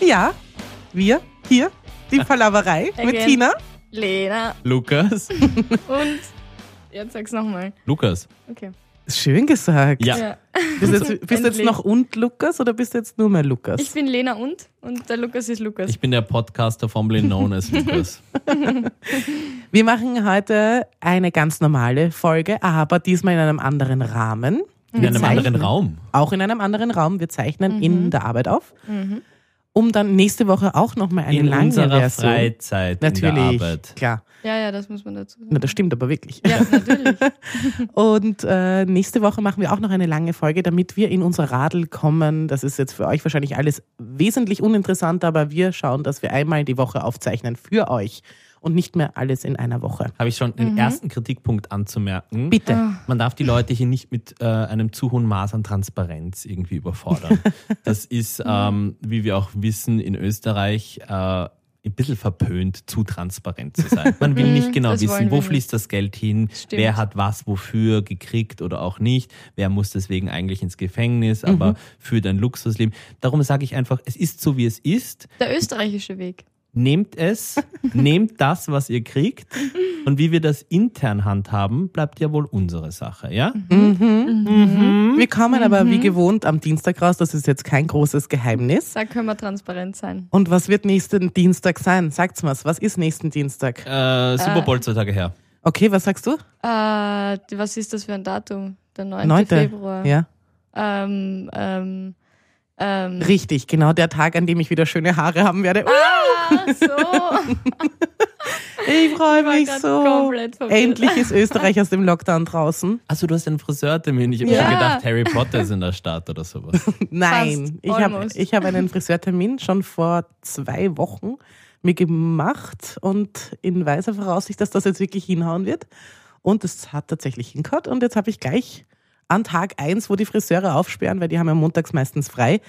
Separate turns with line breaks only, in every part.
Ja, wir hier,
Ah.
die Palaverei mit
Again.
Tina.
Lena.
Lukas.
Und jetzt sag's nochmal.
Lukas.
Okay.
Schön gesagt.
Ja.
Bist, jetzt, bist jetzt
Endlich.
noch und Lukas oder bist jetzt nur mehr Lukas?
Ich bin Lena und und der Lukas ist Lukas.
Ich bin der Podcaster formerly known as Lukas.
Wir machen heute eine ganz normale Folge, aber diesmal in einem anderen Rahmen.
In einem anderen Raum.
Auch in einem anderen Raum. Wir zeichnen
Mhm.
in der Arbeit auf, um dann nächste Woche auch nochmal eine
in
lange
unserer
Version.
Freizeit.
Natürlich,
In der Arbeit.
klar.
ja, ja, das muss man dazu sagen.
Na, das stimmt aber wirklich.
Ja, natürlich.
Und äh, nächste Woche machen wir auch noch eine lange Folge, damit wir in unser Radl kommen. Das ist jetzt für euch wahrscheinlich alles wesentlich uninteressanter, aber wir schauen, dass wir einmal die Woche aufzeichnen für euch und nicht mehr alles in einer Woche.
Habe ich schon den ersten Kritikpunkt anzumerken.
Mhm. Bitte.
Ah.
Man darf die Leute hier nicht mit äh, einem zu hohen Maß an Transparenz irgendwie überfordern. Das ist, ähm, wie wir auch wissen, in Österreich äh, ein bisschen verpönt, zu transparent zu sein. Man will nicht genau
Mhm, das
wissen,
wollen
wo
wir
fließt das Geld hin,
Stimmt.
wer hat was wofür gekriegt oder auch nicht, wer muss deswegen eigentlich ins Gefängnis,
Mhm.
aber für dein Luxusleben. Darum sage ich einfach, es ist so, wie es ist
Der österreichische Weg.
nehmt es, nehmt das, was ihr kriegt. Und wie wir das intern handhaben, bleibt ja wohl unsere Sache, ja?
Mhm. Wir kommen aber
Mhm.
wie gewohnt am Dienstag raus. Das ist jetzt kein großes Geheimnis.
Da können wir transparent sein.
Und was wird nächsten Dienstag sein? Sagt's mal's. Was ist nächsten Dienstag?
Äh,
Ah.
Super Bowl zwei Tage her.
Okay, was sagst du?
Äh, was ist das für ein Datum? Der 9. Februar.
Ja.
Ähm, ähm, ähm,
Richtig, genau der Tag, an dem ich wieder schöne Haare haben werde.
ah, so.
Ich freue
war
mich
grad
so.
Oh komplett verwirrt.
Endlich ist Österreich aus dem Lockdown draußen.
Achso, du hast einen Friseurtermin. Ich habe
Ja.
schon gedacht, Harry Potter ist in der Stadt oder sowas.
Nein, ich habe
almost.
ich hab einen Friseurtermin schon vor zwei Wochen mir gemacht und in weiser Voraussicht, dass das jetzt wirklich hinhauen wird. Und es hat tatsächlich hingehört. Und jetzt habe ich gleich an Tag eins, wo die Friseure aufsperren, weil die haben ja montags meistens frei,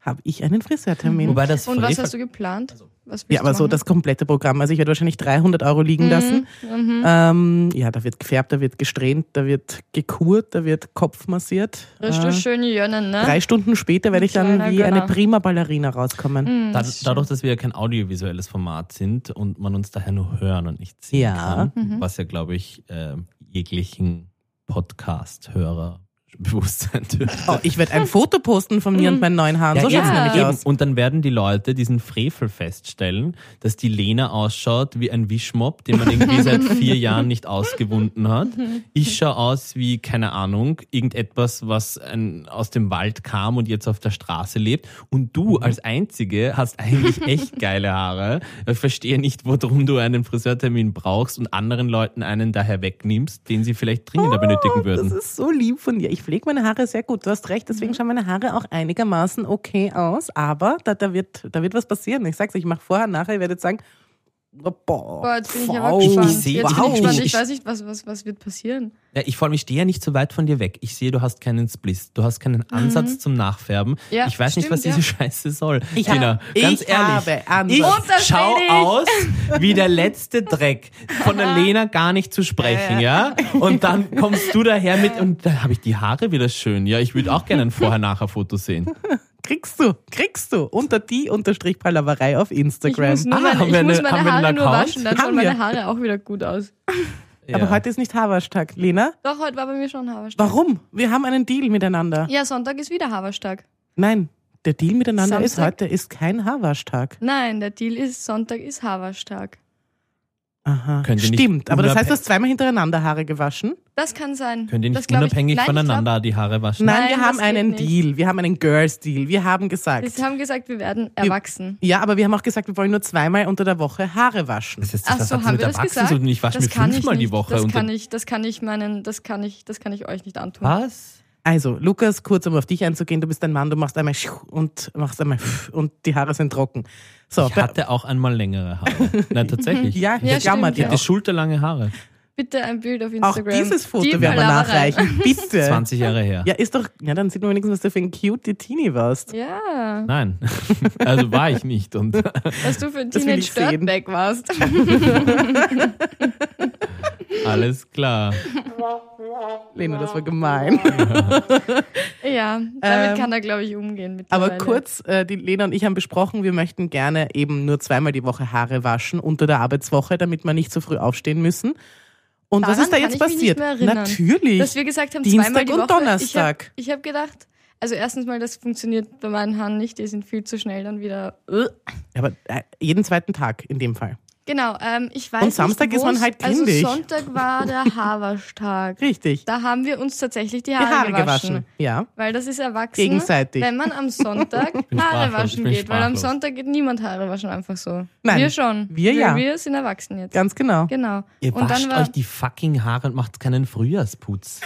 habe ich einen Friseurtermin.
Wobei das
Und was
Frevel-
hast du geplant? Was willst
ja, aber
du
so
machen?
das komplette Programm. Also ich werde wahrscheinlich 300 Euro liegen
Mhm.
lassen. Ähm, ja, da wird gefärbt, da wird gesträhnt, da wird gekurt, da wird Kopf massiert.
Richtig
Äh,
schön jönnen, ne?
Drei Stunden später werde ich dann
Kleiner
wie eine
Gönner.
prima Ballerina
Mhm.
rauskommen.
Dad- dadurch, dass wir ja kein audiovisuelles Format sind und man uns daher nur hören und nicht sehen
Ja.
kann,
Mhm.
was ja, glaube ich, äh, jeglichen Podcast-Hörer bewusst sein dürfte.
Oh, ich werde ein Foto posten von
Mhm.
mir und meinen neuen Haaren. so
Ja,
schaut's
eben,
nämlich
eben.
aus.
Und dann werden die Leute diesen Frevel feststellen, dass die Lena ausschaut wie ein Wischmob, den man irgendwie seit vier Jahren nicht ausgewunden hat. Ich schaue aus wie, keine Ahnung, irgendetwas, was ein, aus dem Wald kam und jetzt auf der Straße lebt. Und du als Einzige hast eigentlich echt geile Haare. Ich verstehe nicht, worum du einen Friseurtermin brauchst und anderen Leuten einen daher wegnimmst, den sie vielleicht dringender benötigen
Oh, Das
würden.
ist so lieb von dir. Ich pflege meine Haare sehr gut. Du hast recht,
Mhm.
deswegen schauen meine Haare auch einigermaßen okay aus. Aber da, da, wird, da wird was passieren. Ich sag's euch, ich mache vorher, nachher, ihr werdet sagen, oh, boah,
Boah, jetzt bin ich aber
faul.
gespannt.
Ich seh-
jetzt bin
wow.
ich gespannt. Ich
Ich-
weiß nicht, was, was, was wird passieren.
Ja, ich vor allem, ich stehe ja nicht so weit von dir weg. Ich sehe, du hast keinen Spliss. Du hast keinen Ansatz zum Nachfärben.
Mhm. Ja,
ich weiß nicht, was
stimmt,
diese Scheiße soll.
Ich
Tina,
hab-
ganz
ich
ehrlich.
habe Ansatz.
ich
Und da
schau
steh ich.
aus wie der letzte Dreck. Von der Lena gar nicht zu sprechen, ja? Und dann kommst du daher mit und da habe ich die Haare wieder schön. Ja, ich würde auch gerne ein Vorher-Nachher-Foto sehen.
Kriegst du, kriegst du. Unter die Unterstrich Palaverei auf
Ich
Instagram.
muss, nur
Ah,
meine,
haben wir
ich muss
eine-
meine
haben wir einen
Haare nur
Account?
waschen, dann
Haben
schauen meine
wir.
Haare auch wieder gut aus.
Ja.
Aber heute ist nicht Haarwaschtag, Lena.
Doch, heute war bei mir schon Haarwaschtag.
Warum? Wir haben einen Deal miteinander.
Ja, Sonntag ist wieder Haarwaschtag.
Nein, der Deal miteinander ist
Samstag?
heute ist kein Haarwaschtag.
Nein, der Deal ist, Sonntag ist Haarwaschtag.
Aha.
Könnt ihr nicht
Stimmt, aber das heißt,
unabhängig-
du hast zweimal hintereinander Haare gewaschen?
Das kann sein.
Könnt ihr
das
nicht
glaub
unabhängig
ich, nein,
voneinander die Haare waschen?
Nein,
Nein,
wir
das
haben
geht
einen
nicht.
Deal. Wir haben einen Girls Deal. Wir haben
Ich glaub,
gesagt.
wir haben gesagt, wir werden erwachsen.
ja, aber wir haben auch gesagt, wir wollen nur zweimal unter der Woche Haare waschen.
Das ist
Ach
das
so,
hat
haben
mit
wir das
Erwachsenen
gesagt?
zu tun. Ich wasche
das
mir
kann ich
fünfmal
nicht.
die Woche.
Das
und
kann
dann-
ich, das kann ich meinen, das kann ich, das kann ich euch nicht antun.
Was?
Also, Lukas, kurz um auf dich einzugehen, du bist ein Mann, du machst einmal schuh und machst einmal pf und die Haare sind trocken. So,
Ich hatte auch einmal längere Haare. Nein, tatsächlich.
ja,
Ja,
ja jammert
stimmt,
Ich
ja.
hatte schulterlange Haare.
Bitte ein Bild auf
Auch
Instagram.
dieses Foto werden
Die
wir
Palaverei.
nachreichen. Bitte.
20 Jahre her.
Ja, ist doch, ja, dann sieht man wenigstens, dass du für ein cute Teenie warst.
Ja,
Nein, also war ich nicht. Und
dass du für ein
Das will ich sehen.
Teenage-Dirtbag warst.
alles klar.
Lena, das war gemein.
Ja, damit
Ähm,
kann er, glaube ich, umgehen.
Aber
mittlerweile.
kurz, äh, die Lena und ich haben besprochen, wir möchten gerne eben nur zweimal die Woche Haare waschen unter der Arbeitswoche, damit wir nicht so früh aufstehen müssen. Und was
Daran
ist da
kann
jetzt
ich mich nicht
passiert?
mehr erinnern.
Natürlich.
Dass wir gesagt haben,
Dienstag
zweimal die
und
Woche.
Donnerstag.
Ich habe hab gedacht, also erstens mal, das funktioniert bei meinen Haaren nicht. Die sind viel zu schnell dann wieder.
Aber äh, jeden zweiten Tag in dem Fall.
Genau, ähm, ich weiß
Und Samstag
nicht,
ist man
wo's-
halt
Also
kindisch.
Sonntag war der Haarwaschtag.
Richtig.
Da haben wir uns tatsächlich die
Die
Haare,
Haare
gewaschen.
gewaschen. Ja.
Weil das ist erwachsen,
Gegenseitig.
wenn man am Sonntag
bin
Haare
sprachlos,
waschen
ich bin
geht. Weil am
sprachlos.
Sonntag geht niemand Haare waschen, einfach so.
Nein,
wir schon.
wir
Weil
ja.
Wir sind erwachsen jetzt.
Ganz genau.
Genau.
Ihr
und
wascht
dann war
euch die fucking Haare und macht keinen Frühjahrsputz.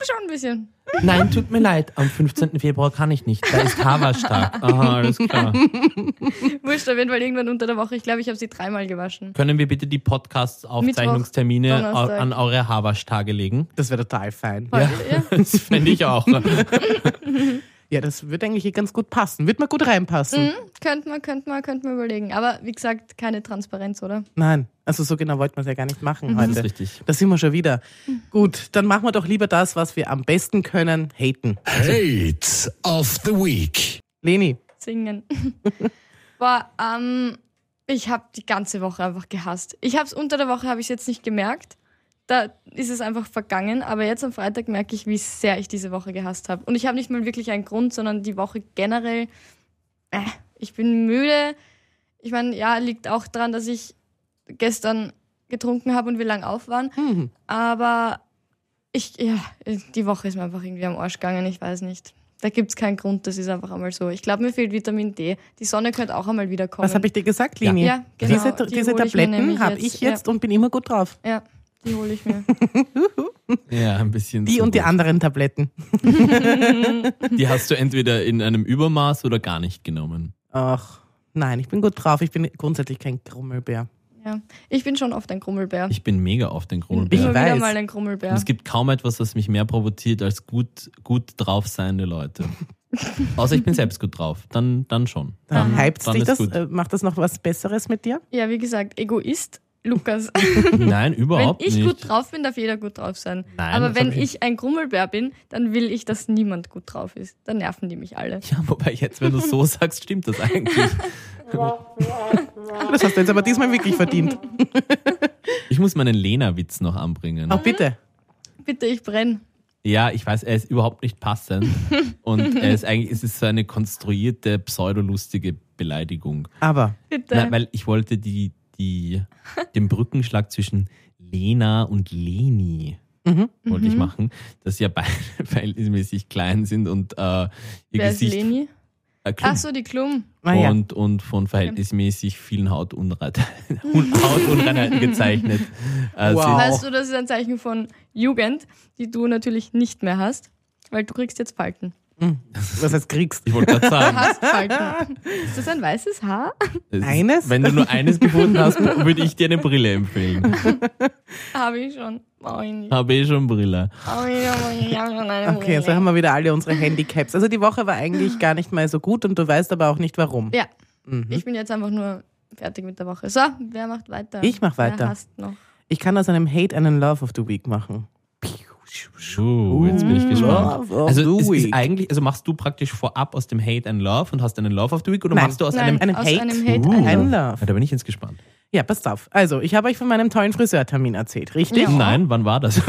schon ein bisschen.
Nein, tut mir leid, am 15. Februar kann ich nicht. Da ist Haarwaschtag. Aha, alles klar.
Wurscht, auf jeden Fall irgendwann unter der Woche. Ich glaube, ich habe sie dreimal gewaschen.
Können wir bitte die
Mittwoch,
Podcast-Aufzeichnungstermine au-
Donnerstag.
an eure Haarwaschtage legen?
Das wäre total fein.
Heute, ja.
Das fände ich auch.
Ja, das würde eigentlich eh ganz gut passen. Wird mal gut
Mhm.
reinpassen.
Könnte man, könnte man, könnte man überlegen. Aber wie gesagt, keine Transparenz, oder?
Nein, also so genau wollten wir es ja gar nicht machen
Mhm.
Das
heute.
ist richtig.
Da sind wir schon wieder. Gut, dann machen wir doch lieber das, was wir am besten können, haten.
Hate of the Week.
Leni,
Singen. Boah, ähm, ich habe die ganze Woche einfach gehasst. Ich habe es unter der Woche, habe ich es jetzt nicht gemerkt. Da ist es einfach vergangen. Aber jetzt am Freitag merke ich, wie sehr ich diese Woche gehasst habe. Und ich habe nicht mal wirklich einen Grund, sondern die Woche generell. Äh, ich bin müde. Ich meine, ja, liegt auch daran, dass ich gestern getrunken habe und wir lang auf waren.
Mhm.
hm,
Aber ich, ja, die Woche ist mir einfach irgendwie am Arsch gegangen, ich weiß nicht. Da gibt's keinen Grund, das ist einfach einmal so. Ich glaube, mir fehlt Vitamin D. Die Sonne könnte auch einmal wiederkommen.
was habe ich dir gesagt, Leni?
Ja, genau.
Diese,
Die
diese
hol ich mir
Tabletten
nämlich
habe
jetzt,
ich jetzt und bin immer gut drauf.
Ja, die hole ich mir.
Ja, ein bisschen.
Die
so
und die
gut.
anderen Tabletten.
Die hast du entweder in einem Übermaß oder gar nicht genommen.
Ach, nein, ich bin gut drauf. Ich bin grundsätzlich kein Grummelbär.
ja. Ich bin schon oft ein Grummelbär.
Ich bin mega auf den
bin
Kronenberg.
immer wieder
weiß.
mal ein
Und
Grummelbär.
es gibt kaum etwas, was mich mehr provoziert als gut, gut drauf seiende Leute. Außer ich bin selbst gut drauf. Dann, dann schon.
Dann
Aha.
hypt
Dann
dich
ist
das.
gut.
Äh, Macht das noch was Besseres mit dir?
Ja, wie gesagt, Egoist, Lukas. wenn
Nein, überhaupt
ich
nicht.
gut drauf bin, darf jeder gut drauf sein.
Nein,
Aber
das
wenn
hab ich-
ich ein Grummelbär bin, dann will ich, dass niemand gut drauf ist. Dann nerven die mich alle.
ja, wobei jetzt, wenn du so sagst, stimmt das eigentlich.
Ah, Das hast du jetzt aber diesmal wirklich verdient.
Ich muss meinen Lena-Witz noch anbringen.
Ach, bitte.
Bitte, ich brenn.
Ja, ich weiß, er ist überhaupt nicht passend. Und er ist eigentlich, es ist so eine konstruierte, pseudolustige Beleidigung.
Aber
Bitte.
Nein, weil ich wollte die, die, den Brückenschlag zwischen Lena und Leni
Mhm.
wollte ich machen, dass ja beide verhältnismäßig klein sind und äh, ihr
Wer ist
Gesicht
Leni?
Äh, klug
Ach so, die Klum.
naja,
und, und von verhältnismäßig vielen Hautunreinheit, Hautunreinheiten gezeichnet äh,
Wow.
sind.
Weißt du, das ist ein Zeichen von Jugend, die du natürlich nicht mehr hast, weil du kriegst jetzt Falten.
was heißt kriegst?
Ich wollte gerade
Du
sagen,
hast Falten. ist das ein weißes Haar?
es ist-
Eines?
wenn du nur eines gefunden hast, würde ich dir eine Brille empfehlen.
Habe ich schon. Brauche ich nicht.
Habe eh schon Brille.
Brauche ich nicht, brauche ich nicht. Ich habe schon eine
Okay, jetzt haben wir wieder alle unsere Handicaps. Also die Woche war eigentlich gar nicht mal so gut und du weißt aber auch nicht warum.
Ja,
Mhm.
ich bin jetzt einfach nur fertig mit der Woche. So, wer macht weiter?
Ich mach weiter.
Wer hasst noch?
Ich kann aus einem Hate einen Love of the Week machen.
Uh, jetzt bin ich gespannt.
Love of
Also,
the
es ist
Week.
eigentlich, also machst du praktisch vorab aus dem Hate ein Love und hast einen Love of the Week oder
Nein.
machst du aus
Nein,
einem
aus
Hate?
einem Hate.
Uh.
ein Love.
Ein Love.
einem. Da bin ich jetzt gespannt.
Ja, passt auf. Also, ich habe euch von meinem tollen Friseurtermin erzählt, richtig?
Ja.
Nein, wann war das?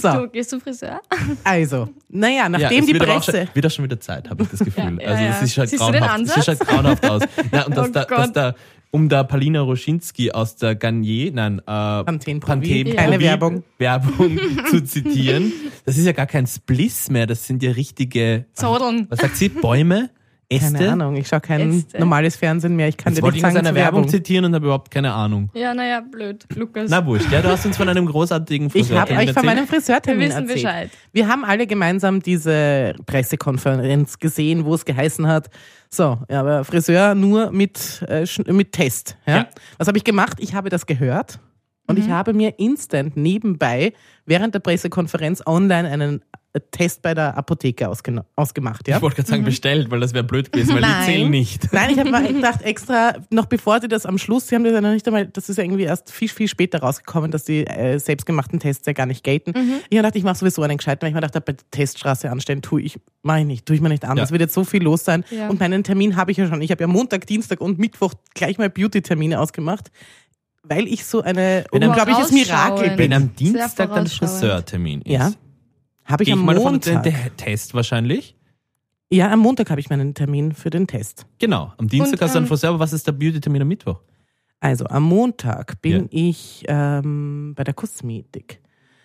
So,
Du, gehst zum Friseur?
also, naja,
Ja,
nachdem
es
die
wird aber auch
Presse.
schon, wird auch schon wieder Zeit, habe ich das Gefühl.
Ja, ja,
also
ja.
es ist halt
Siehst du den
grauenhaft. Es ist halt grauenhaft aus. Na, und dass,
Oh
da, dass
Gott.
da um da Palina Roschinski aus der Garnier, nein, äh,
Pantene Provi,
Pantene
keine
Provi
Werbung.
Werbung zu zitieren, das ist ja gar kein Spliss mehr, das sind ja richtige,
Zodeln.
was sagt sie, Bäume, Äste?
Keine Ahnung, ich schaue kein
Äste.
normales Fernsehen mehr. Ich kann
Jetzt
dir
wollte
nicht
ich aus
sagen,
einer
zur
Werbung
Werbung.
zitieren und habe überhaupt keine Ahnung.
Ja, naja, blöd. Lukas.
Na wurscht, ja, du hast uns von einem großartigen
Ich habe
Friseurtermin
euch von
erzählt.
meinem Friseurtermin
Wir wissen
erzählt.
Bescheid.
Wir haben alle gemeinsam diese Pressekonferenz gesehen, wo es geheißen hat, so, ja, aber Friseur nur mit, äh, Schn- mit Test. Ja?
Ja.
Was habe ich gemacht? Ich habe das gehört und ich habe mir instant nebenbei während der Pressekonferenz online einen äh, Test bei der Apotheke ausgena- ausgemacht, ja? Mhm.
Ich wollte gerade sagen, bestellt, weil das wäre blöd gewesen, weil
Nein.
die zählen nicht.
Nein, ich habe mal gedacht, extra, noch bevor sie das am Schluss, sie haben das ja noch nicht einmal, das ist ja irgendwie erst viel, viel später rausgekommen, dass die äh, selbstgemachten Tests ja gar nicht gelten.
Mhm.
Ich habe gedacht, ich mache sowieso einen gescheiten, weil ich mir gedacht habe, bei der Teststraße anstellen, tue ich, mache ich nicht, tue ich mir nicht an.
Ja.
Es wird jetzt so viel los sein.
Ja.
Und meinen Termin habe ich ja schon. Ich habe ja Montag, Dienstag und Mittwoch gleich mal Beauty-Termine ausgemacht, weil ich so eine
Wenn am-
unglaubliches Mirakel
Vorausschauend.
bin.
Wenn am
Sehr
Dienstag dann
vorausschauend.
Friseurtermin ist,
Ja. Habe ich
gehe ich
am
mal davon aus, der
Montag.
der Test wahrscheinlich.
Ja, am Montag habe ich meinen Termin für den Test.
Genau, am Dienstag
Und,
hast du einen
ähm,
Friseur, aber was ist der Beauty-Termin am Mittwoch?
Also am Montag bin ich ähm, bei der Kosmetik,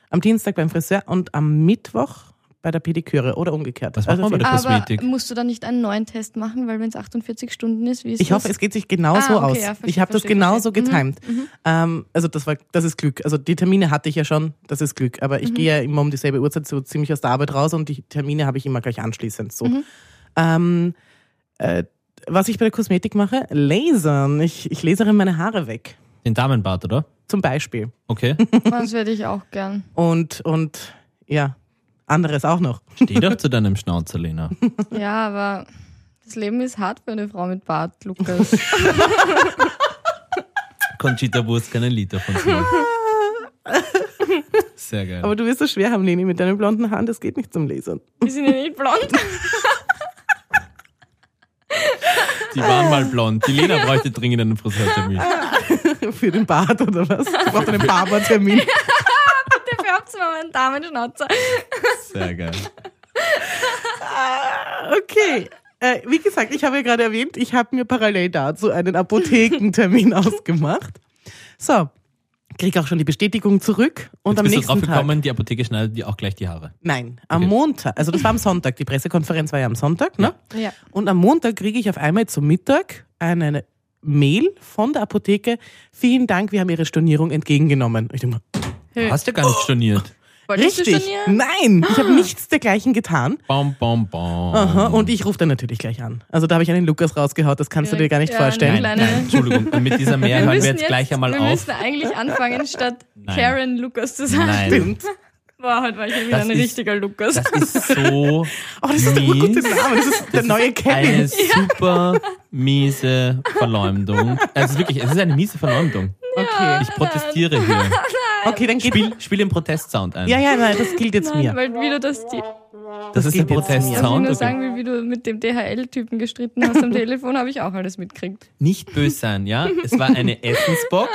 am Dienstag beim Friseur und am Mittwoch bei der Pediküre oder umgekehrt. Also,
Was macht man bei der
Aber
Kosmetik.
musst du dann nicht einen neuen Test machen, weil wenn es 48 Stunden ist, wie ist
ich
das?
hoffe, es geht sich genauso
Ah, okay,
aus.
ja, verstehe,
ich habe das
verstehe,
genauso
verstehe. Mhm,
getimt. Ähm, also das war, das ist Glück. Also die Termine hatte ich ja schon, das ist Glück. Aber ich
Mhm.
gehe ja immer um dieselbe Uhrzeit so ziemlich aus der Arbeit raus und die Termine habe ich immer gleich anschließend. So.
Mhm.
Ähm, äh, was ich bei der Kosmetik mache, lasern. Ich, ich lasere meine Haare weg.
Den Damenbart, oder?
Zum Beispiel.
Okay.
Das werde ich auch gern.
und, und ja, anderes auch noch.
Steh doch zu deinem Schnauzer, Lena.
Ja, aber das Leben ist hart für eine Frau mit Bart, Lukas.
Conchita Wurst kann ein Lied davon singen. Sehr geil.
Aber du wirst es schwer haben, Leni, mit deinen blonden Haaren, das geht nicht zum Lesen.
Die sind ja nicht blond.
die waren mal blond. Die Lena bräuchte dringend einen Friseurtermin.
Für den Bart oder was? Ich brauche einen Barbertermin.
Der färbt mal meinen Damenschnauzer.
Sehr geil.
Okay. Äh, wie gesagt, ich habe ja gerade erwähnt, ich habe mir parallel dazu einen Apothekentermin ausgemacht. So, kriege auch schon die Bestätigung zurück und
Jetzt
am
bist du
nächsten
drauf
Tag.
gekommen, die Apotheke schneidet dir auch gleich die Haare.
Nein, am
Okay.
Montag, also das war am Sonntag, die Pressekonferenz war ja am Sonntag, ne?
Ja.
Und am Montag kriege ich auf einmal zum Mittag eine Mail von der Apotheke. Vielen Dank, wir haben Ihre Stornierung entgegengenommen. Ich denke mal,
Hast du gar nicht storniert.
Wolltest du Ah.
richtig?
schon
Nein, ich habe nichts dergleichen getan.
Bom, bom, bom.
Aha, oh, und ich rufe dann natürlich gleich an. Also da habe ich einen Lukas rausgehaut, das kannst du dir gar nicht
Ja,
vorstellen.
nein.
Nein, nein, Entschuldigung. Und mit dieser Mehr hören wir jetzt, gleich einmal
wir
auf.
müssen eigentlich anfangen, statt
Nein.
Karen Lukas zu sagen.
Nein.
Stimmt.
Boah, heute war ich ja wieder
Das
ein
ist-
richtiger Lukas.
Das ist so.
Oh, das ist der
mies.
gute Name, das ist der neue
Eine
Kevin.
super miese Verleumdung. Also wirklich, es ist eine miese Verleumdung.
Okay.
Ich protestiere hier.
okay, dann geht.
Spiel, spiel den Protestsound ein.
Ja, ja, nein, das gilt jetzt
Nein,
mir.
weil wie du das, die, was
das, ist der
geht jetzt
ich nur
Protestsound. Okay.
sagen will, wie du mit dem DHL-Typen gestritten hast am Telefon, habe ich auch alles mitgekriegt.
Nicht böse sein, ja? Es war eine Essensbox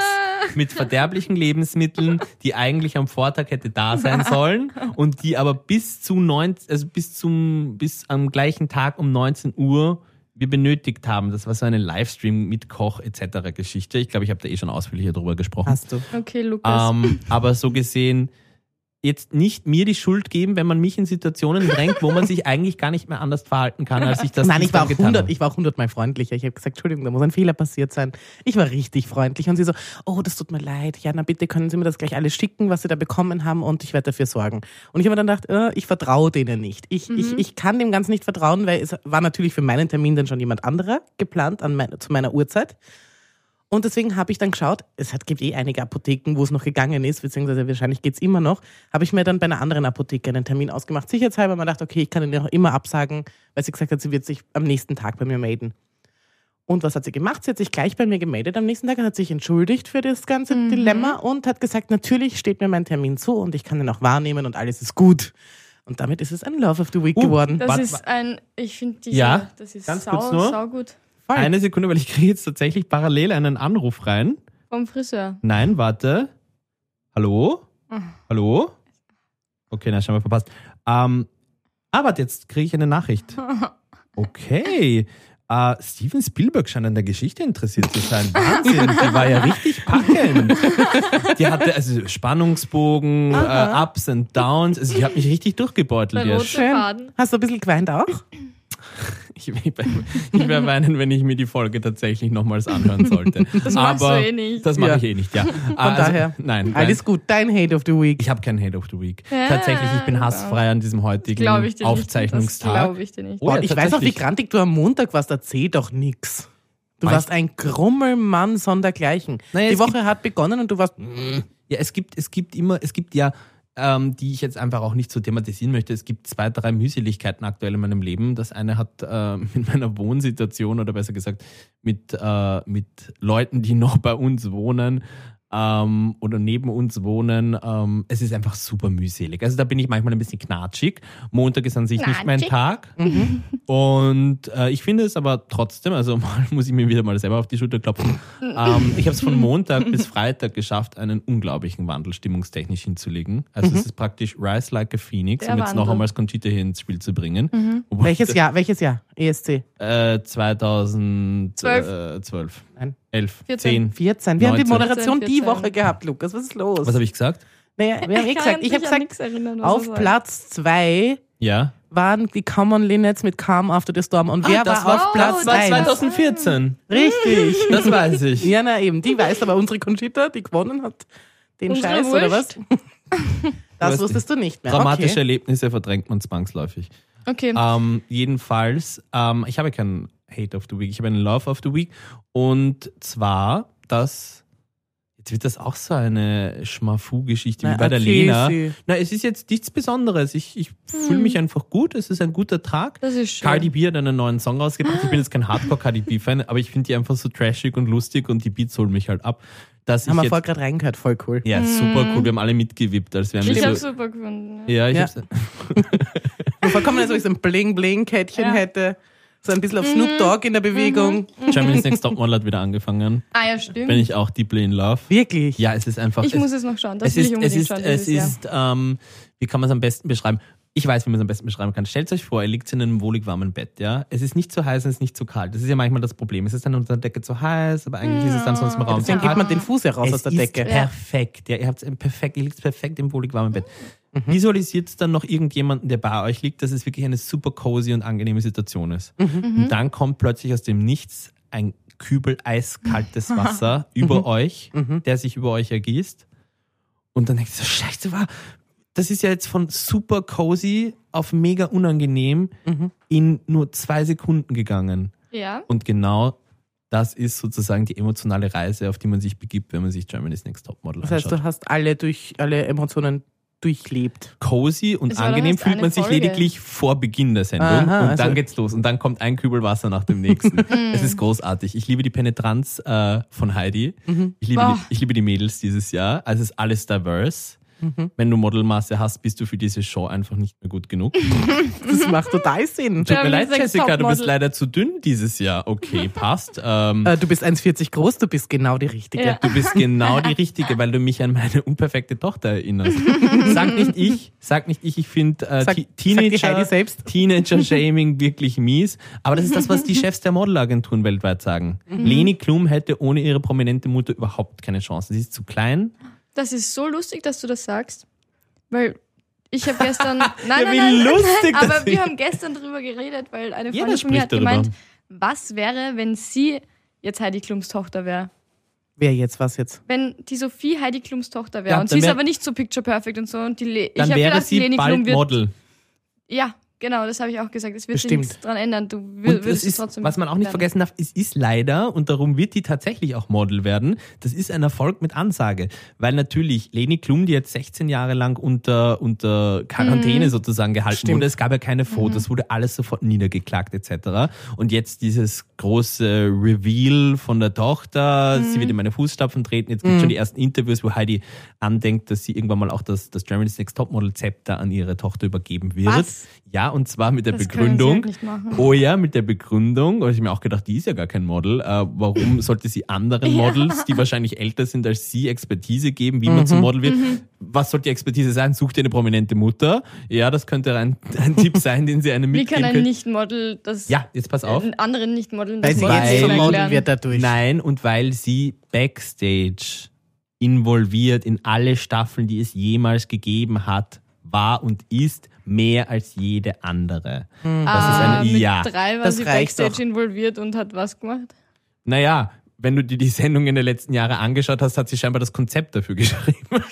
mit verderblichen Lebensmitteln, die eigentlich am Vortag hätte da sein sollen und die aber bis zu 19, also bis zum bis am gleichen Tag um 19 Uhr wir benötigt haben. Das war so eine Livestream mit Koch etc. Geschichte. Ich glaube, ich habe da eh schon ausführlicher drüber gesprochen.
Hast du.
Okay, Lukas.
Ähm, aber so gesehen, jetzt nicht mir die Schuld geben, wenn man mich in Situationen drängt, wo man sich eigentlich gar nicht mehr anders verhalten kann, als ich das
Nein, ich war, auch
getan
100,
habe.
ich war auch hundertmal freundlicher. Ich habe gesagt, Entschuldigung, da muss ein Fehler passiert sein. Ich war richtig freundlich. Und sie so, oh, das tut mir leid. Ja, na bitte, können Sie mir das gleich alles schicken, was Sie da bekommen haben und ich werde dafür sorgen. Und ich habe mir dann gedacht, äh, ich vertraue denen nicht. Ich, ich, ich kann dem Ganzen nicht vertrauen, weil es war natürlich für meinen Termin dann schon jemand anderer geplant an mein, zu meiner Uhrzeit. Und deswegen habe ich dann geschaut, es hat, gibt eh einige Apotheken, wo es noch gegangen ist, beziehungsweise wahrscheinlich geht's immer noch, habe ich mir dann bei einer anderen Apotheke einen Termin ausgemacht. Sicherheitshalber, man dachte, okay, ich kann den auch immer absagen, weil sie gesagt hat, sie wird sich am nächsten Tag bei mir melden. Und was hat sie gemacht? Sie hat sich gleich bei mir gemeldet am nächsten Tag und hat sich entschuldigt für das ganze Dilemma und hat gesagt, natürlich steht mir mein Termin zu und ich kann den auch wahrnehmen und alles ist gut. Und damit ist es ein Love of the Week
Uh,
geworden.
das
warte,
ist
warte.
ein, ich finde diese,
Ja,
das ist
ganz
sau,
kurz nur.
sau gut.
Voll.
Eine Sekunde, weil ich kriege jetzt tatsächlich parallel einen Anruf rein.
Vom Friseur.
Nein, warte. Hallo? Hallo? Okay, na, scheinbar verpasst. Ähm, ah, warte, jetzt kriege ich eine Nachricht. Okay. Äh, Steven Spielberg scheint an der Geschichte interessiert zu sein. Wahnsinn, die war ja richtig packend. Die hatte also Spannungsbogen, äh, Ups und Downs. Also ich habe mich richtig durchgebeutelt
Der
jetzt.
rote Faden.
Hast du ein bisschen geweint auch?
Ich, ich, ich werde weinen, wenn ich mir die Folge tatsächlich nochmals anhören sollte. Das
machst du
Aber
eh nicht.
Das mache
Ja.
ich eh nicht, ja. Von
daher,
Nein, nein.
Alles gut, dein Hate of the Week.
Ich habe keinen Hate of the Week.
Ja,
Tatsächlich, ich bin
wow.
hassfrei an diesem heutigen
Glaube ich dir nicht. Das
Aufzeichnungstag.
glaube ich dir nicht.
Oh,
Boah,
ja,
ich weiß noch, wie
tatsächlich.
grantig du am Montag warst, erzähl doch nix. Du
Meinst-
warst ein Grummelmann sondergleichen.
Naja,
Die
es
Woche hat begonnen und du warst.
Ja, es gibt, es gibt immer, es gibt ja ähm, die ich jetzt einfach auch nicht so thematisieren möchte. Es gibt zwei, drei Mühseligkeiten aktuell in meinem Leben. Das eine hat äh, mit meiner Wohnsituation oder besser gesagt mit, äh, mit Leuten, die noch bei uns wohnen ähm, oder neben uns wohnen. Ähm, es ist einfach super mühselig. Also da bin ich manchmal ein bisschen knatschig. Montag ist an sich nicht mein
Knatschig.
Tag. Und äh, ich finde es aber trotzdem, also mal muss ich mir wieder mal selber auf die Schulter klopfen. ähm, ich habe es von Montag bis Freitag geschafft, einen unglaublichen Wandel stimmungstechnisch hinzulegen. Also es ist praktisch Rise Like a Phoenix,
Mhm. Der
um jetzt noch
Wandel. Mhm.
einmal Conchita hier ins Spiel zu bringen. Obwohl-
Welches Jahr? Welches Jahr? E ESC?
Äh, 2012.
Zwölf.
Äh, 12.
Nein.
11.
Vierzehn.
10.
14. Wir haben die
19.
Moderation
14.
die Woche gehabt, Lukas. Was ist los?
Was habe ich gesagt?
naja, wir haben eh gesagt, ich habe gesagt,
gesagt,
auf Platz 2
Ja.
waren die Common Linnets mit Calm After the Storm. Und wer
Ah, das
Ah, war
war-
auf
oh,
Platz
Das war
1?
2014.
Richtig.
Das weiß ich.
Ja, na eben. Die weiß aber unsere Conchita, die gewonnen hat, den
Unsere
Scheiß oder was?
Wurst?
Das
Weiß
wusstest du nicht mehr.
Dramatische
Okay.
Erlebnisse verdrängt man zwangsläufig.
Okay.
Ähm, jedenfalls, ähm, ich habe keinen Hate of the Week, ich habe einen Love of the Week. Und zwar, dass. Jetzt wird das auch so eine Schmafu-Geschichte wie
Na,
bei der
erzähl
Lena.
sie. Hm.
Na, es ist jetzt nichts Besonderes. Ich, ich fühle mich einfach gut. Es ist ein guter Tag.
Das ist schön.
Cardi B hat einen neuen Song rausgebracht. Ich bin jetzt kein Hardcore-Cardi B-Fan, aber ich finde die einfach so trashig und lustig und die Beats holen mich halt ab. Dass
Haben wir
ich
Hm. vorher
jetzt,
gerade reingehört, voll cool.
ja, super cool. Wir haben alle mitgewippt, als wären
ich
wir
habe
so.
super gefunden.
Ja, ich
Ja.
hab's.
Vollkommen, als ob ich so ein Bling-Bling-Kettchen
Ja. Mhm.
hätte. So ein bisschen auf Snoop Dogg in der Bewegung.
Germany's Next Topmodel hat wieder angefangen.
Ah ja, stimmt.
Bin ich auch deeply in love.
Wirklich?
Ja, es ist einfach.
ich
es,
muss es noch schauen. Das
es
will
ist,
ich unbedingt
es ist,
schauen.
es
dieses
ist, ähm, wie kann man es am besten beschreiben? Ich weiß, wie man es am besten beschreiben kann. Stellt euch vor, ihr liegt in einem wohlig warmen Bett, ja. Es ist nicht zu heiß, und es ist nicht zu kalt. Das ist ja manchmal das Problem. Es ist dann unter der Decke zu heiß, aber eigentlich ist es dann sonst im Raum zu
Deswegen gibt
kalt.
man den Fuß ja raus
Es
aus der
ist
Decke.
perfekt. Ja, ihr habt perfekt, ihr liegt perfekt im wohlig warmen Bett.
Mhm.
Visualisiert dann noch irgendjemanden, der bei euch liegt, dass es wirklich eine super cozy und angenehme Situation ist.
Mhm.
Mhm.
Und dann kommt plötzlich aus dem Nichts ein Kübel eiskaltes Wasser über euch,
Mhm.
der sich über euch ergießt. Und dann denkt ihr so, scheiße, war, das ist ja jetzt von super cozy auf mega unangenehm
Mhm.
in nur zwei Sekunden gegangen.
Jahr. Ja.
Und genau das ist sozusagen die emotionale Reise, auf die man sich begibt, wenn man sich Germany's Next Topmodel
Das heißt,
anschaut.
du hast alle, durch, alle Emotionen durchlebt.
Cozy und
Es war doch
angenehm
erst
fühlt
eine
man sich
Folge.
lediglich vor Beginn der Sendung
Aha,
und
also-
dann geht's los und dann kommt ein Kübel Wasser nach dem nächsten.
Hm.
es ist großartig. Ich liebe die Penetranz äh, von Heidi.
Mhm.
Ich, liebe
Boah.
die, ich liebe die Mädels dieses Jahr. Also es ist alles diverse.
Mhm.
Wenn du Modelmaße hast, bist du für diese Show einfach nicht mehr gut genug.
Das macht total Sinn.
Tut mir
Germany's
leid,
Next
Jessica, du bist
Topmodel.
leider zu dünn dieses Jahr. Okay, passt. Ähm,
Äh, Du bist 1,40 groß, du bist genau die Richtige.
Ja.
Du bist genau die Richtige, weil du mich an meine unperfekte Tochter erinnerst. Sag nicht ich, sag nicht ich, ich finde äh,
Sag-
Ti-
sagt die Heidi
Teenager,
selbst.
Teenager-Shaming wirklich mies. Aber das ist das, was die Chefs der Modelagenturen weltweit sagen.
Mhm.
Leni Klum hätte ohne ihre prominente Mutter überhaupt keine Chance. Sie ist zu klein.
Das ist so lustig, dass du das sagst, weil ich habe gestern. Nein,
Ja, wie
nein, nein, nein,
lustig das
aber wir
ist.
haben gestern drüber geredet, weil eine
Jeder
Freundin von mir
spricht
hat
darüber.
gemeint, was wäre, wenn sie jetzt Heidi Klums Tochter wäre.
Wer jetzt, was jetzt?
Wenn die Sophie Heidi Klums Tochter wäre
Ja,
und
dann
sie ist
wär-
aber nicht so picture perfect und so und die Le
Dann
ich habe
wäre
gedacht,
sie
Leni
bald
Klum wird
Model.
Ja, genau, das habe ich auch gesagt. Es wird sich
Bestimmt.
nichts dran ändern. Du wür-
Und das
würdest es
ist,
trotzdem
was man auch nicht
werden.
vergessen darf, es ist leider, und darum wird die tatsächlich auch Model werden, das ist ein Erfolg mit Ansage. Weil natürlich Leni Klum, die jetzt 16 Jahre lang unter, unter
Mhm.
Quarantäne sozusagen gehalten
Stimmt.
wurde, es gab ja keine Fotos, wurde alles sofort niedergeklagt etc. Und jetzt dieses große Reveal von der Tochter,
Mhm.
sie wird in meine Fußstapfen treten, jetzt gibt es schon die ersten Interviews, wo Heidi andenkt, dass sie irgendwann mal auch das, das Germany's Next Topmodel-Zepter an ihre Tochter übergeben wird.
Was?
Ja, und zwar mit der
Das können sie
Begründung,
halt nicht machen.
Oh ja, mit der Begründung, und ich hab mir auch gedacht, die ist ja gar kein Model. Äh, warum sollte sie anderen Models, die wahrscheinlich älter sind als sie, Expertise geben, wie man zum Model wird? Was soll die Expertise sein? Such dir eine prominente Mutter. Ja, das könnte ein, ein Tipp sein, den sie einem
Wie
mitgeben
kann ein
können.
Nicht-Model das
Ja, jetzt pass auf.
den anderen Nicht-Modeln
Weil
das
sie
Weil-
jetzt
Model
zum Model
erklären?
wird dadurch.
Nein, und weil sie backstage involviert in alle Staffeln, die es jemals gegeben hat, war und ist mehr als jede andere. Das ist
Ah,
ein
mit
Ja.
drei war
Das
sie
reicht
Backstage
doch.
involviert und hat was gemacht.
Naja, wenn du dir die Sendungen der letzten Jahre angeschaut hast, hat sie scheinbar das Konzept dafür geschrieben.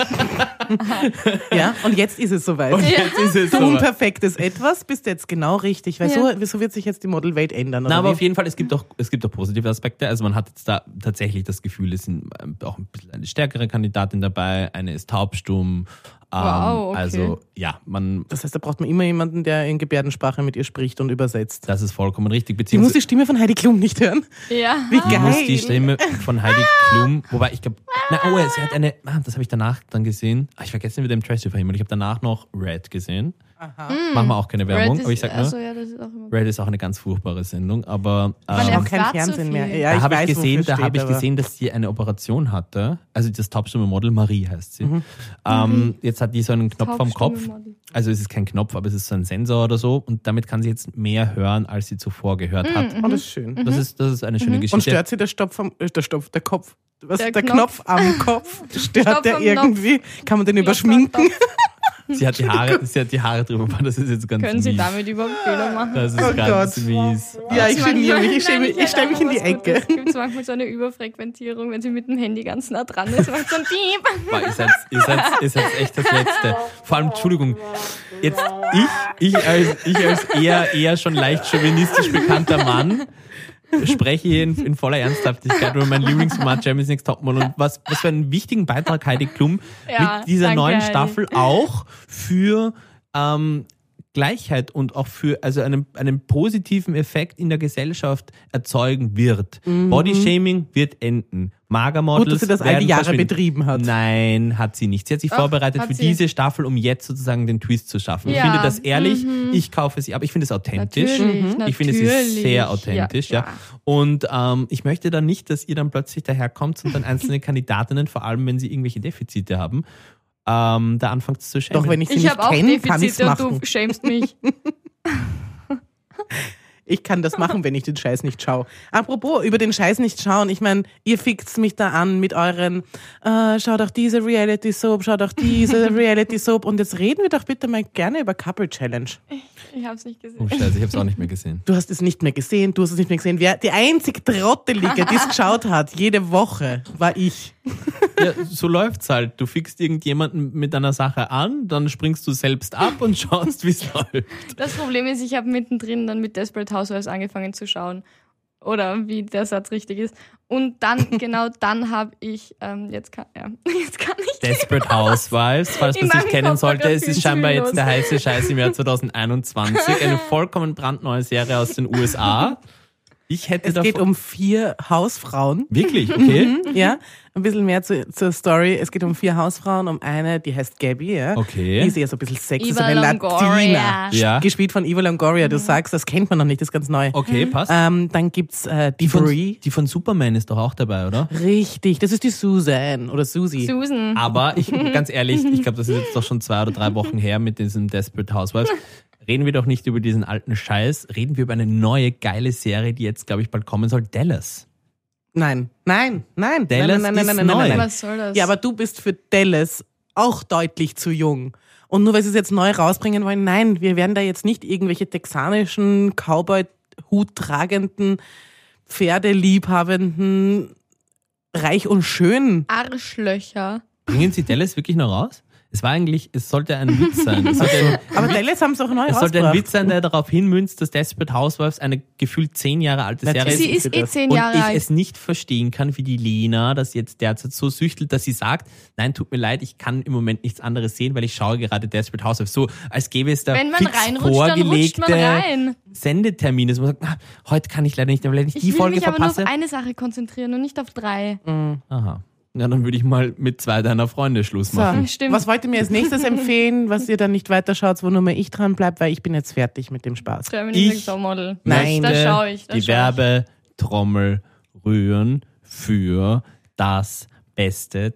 Ja, und jetzt ist es soweit.
Und jetzt ist es
Du
so.
unperfektes Etwas bist jetzt genau richtig, weil
Ja.
so, so wird sich jetzt die Modelwelt ändern.
Na,
oder
aber
wie?
auf jeden Fall, es gibt auch, es gibt auch positive Aspekte. Also man hat jetzt da tatsächlich das Gefühl, es sind ähm, auch ein bisschen eine stärkere Kandidatin dabei, eine ist taubstumm,
Wow, okay.
Also ja, man,
Das heißt, da braucht man immer jemanden, der in Gebärdensprache mit ihr spricht und übersetzt.
das ist vollkommen richtig.
Die muss
Beziehungsweise
die Stimme von Heidi Klum nicht hören.
Ja.
Wie
die, muss die
geil.
Stimme von Heidi
Ah!
Klum, wobei ich glaube, na oh, sie hat eine, ah, das habe ich danach dann gesehen. Ah, ich vergesse wieder im Trash TV jemand. Ich habe danach noch Red gesehen. Machen wir auch keine Werbung, aber ich sag nur,
also, ja, das ist auch immer
Red ist auch eine ganz furchtbare Sendung, aber
Man
Ich
ähm,
habe kein
erfahrt so
Fernsehen mehr.
viel.
Ja,
da
ich
habe
weiß,
ich gesehen,
wofür
da
steht,
habe ich
aber-
gesehen, dass sie eine Operation hatte. Also das Taubstumme-Model, Marie heißt
Mhm.
sie. Ähm, jetzt hat die so einen Knopf am Kopf.
Taubstummenmodel.
Also es ist kein Knopf, aber es ist so ein Sensor oder so. Und damit kann sie jetzt mehr hören, als sie zuvor gehört
Mhm,
hat.
Oh, das ist schön.
Das ist, das ist eine schöne Geschichte.
Und stört sie der Stopf am, äh, der Stopf, der Kopf, was,
Der
der,
Knopf.
Knopf. am Kopf, stört
Stopf
der
am Knopf.
irgendwie? Kann man den überschminken?
Klopfer-
Sie hat die Haare, sie hat die Haare drüber. Mann, Das ist jetzt ganz
Können
mies.
Sie damit überhaupt Fehler machen?
Das ist
Oh
ganz
Gott.
mies.
Ja, ich geniere mich, ich
Nein,
stelle mich, ich stell mich in die Ecke.
Es gibt manchmal so eine Überfrequentierung, wenn sie mit dem Handy ganz nah dran ist, macht so ein Piep.
Boah, ihr seid, ihr seid, ihr seid echt das Letzte. Vor allem, Entschuldigung, jetzt ich, ich als, ich als eher, eher schon leicht chauvinistisch bekannter Mann spreche hier in, in voller Ernsthaftigkeit über mein Lieblingsformat Jamie's Next Topmodel und was, was für einen wichtigen Beitrag Heidi Klum
Ja,
mit dieser
danke,
neuen
Heidi.
Staffel auch für ähm, Gleichheit und auch für also einen, einen positiven Effekt in der Gesellschaft erzeugen wird.
Mhm.
Bodyshaming wird enden. Magermodels
Gut, dass sie das all die
werden
Jahre
verschwinden.
betrieben hat.
Nein, hat sie nicht. Sie hat sich
Ach,
vorbereitet
hat
für
sie.
diese Staffel, um jetzt sozusagen den Twist zu schaffen. Ich
Ja, mhm.
finde das ehrlich, ich kaufe sie ab, ich finde es authentisch. Mhm.
Natürlich,
Ich finde, sie ist sehr
natürlich.
authentisch, ja.
Ja,
Und ähm, ich möchte dann nicht, dass ihr dann plötzlich daherkommt und dann einzelne Kandidatinnen, vor allem wenn sie irgendwelche Defizite haben, ähm, da anfangt zu schämen.
Doch wenn ich sie
Ich
nicht
habe auch
kenne, kann ich es
Defizite
machen.
und du schämst mich.
Ich kann das machen, wenn ich den Scheiß nicht schaue. Apropos, über den Scheiß nicht schauen. Ich meine, ihr fixt mich da an mit euren, äh, schaut auch diese Reality Soap, schaut auch diese Reality Soap. Und jetzt reden wir doch bitte mal gerne über Couple Challenge.
Ich habe es nicht gesehen.
Oh, Scheiße, ich habe es auch nicht mehr gesehen.
Du hast es nicht mehr gesehen, du hast es nicht mehr gesehen. Wer, die einzig Trottelige, die es geschaut hat, jede Woche, war ich.
Ja, so läuft's halt. Du fixst irgendjemanden mit einer Sache an, dann springst du selbst ab und schaust, wie's läuft.
Das Problem ist, ich habe mittendrin dann mit Desperate Housewives angefangen zu schauen. Oder wie der Satz richtig ist. Und dann, genau dann habe ich, ähm, jetzt, kann, ja, jetzt kann ich.
Desperate Housewives, falls
In
man sich
meinem
kennen
Kopf war
sollte,
grad
es
viel
ist scheinbar
Spiel
jetzt
los.
der heiße Scheiß im Jahr 2021. Eine vollkommen brandneue Serie aus den USA. Ich hätte
Es geht
davon-
um vier Hausfrauen.
Wirklich, okay.
Mhm.
Ja, ein bisschen mehr zu, zur Story. Es geht um vier Hausfrauen, um eine, die heißt Gabby, ja.
Okay.
Die ist eher so ein bisschen sexy, so
Eva
eine
Longoria.
Latina.
Ja.
Gespielt von Eva Longoria, du sagst, das kennt man noch nicht, das ist ganz neu.
Okay, passt.
Ähm, dann gibt's äh, die
von,
Brie.
Mhm. die von Superman ist doch auch dabei, oder?
Richtig, das ist die Susan oder Susie.
Susan.
Aber ich, ganz ehrlich, ich glaube, das ist jetzt doch schon zwei oder drei Wochen her mit diesem Desperate Housewives. Reden wir doch nicht über diesen alten Scheiß. Reden wir über eine neue, geile Serie, die jetzt, glaube ich, bald kommen soll. Dallas.
Nein, nein, nein, nein,
Dallas
nein, nein,
ist
nein, nein, nein,
neu.
nein.
Was soll das?
Ja, aber du bist für Dallas auch deutlich zu jung. Und nur weil sie es jetzt neu rausbringen wollen, nein, wir werden da jetzt nicht irgendwelche texanischen, Cowboy-Hut tragenden, Pferdeliebhabenden, reich und schön.
Arschlöcher.
Bringen Sie Dallas wirklich noch raus? Es war eigentlich, es sollte ein Witz sein. Es sollte ein,
Aber Dallas haben es auch neu
Es sollte ein
rausgebracht.
Witz sein, der darauf hinmünzt, dass Desperate Housewives eine gefühlt zehn Jahre alte
Natürlich.
Serie
Sie
ist
ist.
ist eh
das.
zehn
Und
Jahre
ich
alt.
es nicht verstehen kann, wie die Lena das jetzt derzeit so süchtelt, dass sie sagt, nein, tut mir leid, ich kann im Moment nichts anderes sehen, weil ich schaue gerade Desperate Housewives. So, als gäbe es da
Wenn man
fix
reinrutscht, dann rutscht
vorgelegte
man rein.
Sendetermine. dass Man sagt, ah, heute kann ich leider nicht, weil ich
Ich
die
will
Folge
mich aber
verpasse.
nur auf eine Sache konzentrieren und nicht auf drei.
Aha. Ja, dann würde ich mal mit zwei deiner Freunde Schluss machen.
So,
Stimmt.
was wollt ihr mir als nächstes empfehlen, was ihr dann nicht weiterschaut, wo nur mehr ich dran bleib, weil ich bin jetzt fertig mit dem Spaß.
Germany's
Ich-
Next Topmodel.
Nein.
Da schaue ich. Da
die
schau ich.
Werbetrommel rühren für das beste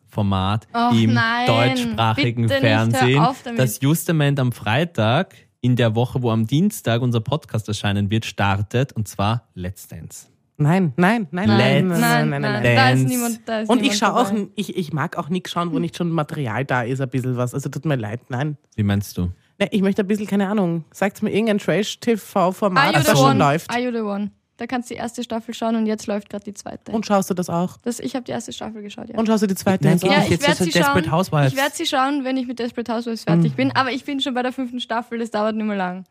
Tanzformat
Och
im
nein,
deutschsprachigen
bitte nicht,
Fernsehen,
hör auf damit.
das Justament am Freitag in der Woche, wo am Dienstag unser Podcast erscheinen wird, startet und zwar Let's Dance.
Nein, nein, nein, nein,
Let's
nein, nein, nein, nein.
Da ist
Dance.
niemand, da ist
Und
niemand
ich schaue auch,
dabei.
ich, ich mag auch nichts schauen, wo nicht schon Material da ist, ein bisschen was. Also tut mir leid, nein.
Wie meinst du?
Ne, ich möchte ein bisschen, keine Ahnung, sagt mir irgendein
Are
Trash-TV-Format,
you
das
the
da schon
one?
läuft.
Are you the one? Da kannst du die erste Staffel schauen und jetzt läuft gerade die zweite.
Und schaust du das auch?
das, ich habe die erste Staffel geschaut, ja.
Und schaust du die zweite
Nein,
jetzt
ich
ja,
auch?
nicht. jetzt
werd
ist es Desperate
schauen.
Housewives. Mm.
Ich werde sie schauen, wenn ich mit Desperate Housewives fertig bin. Aber ich bin schon bei der fünften Staffel, das dauert nicht mehr lang.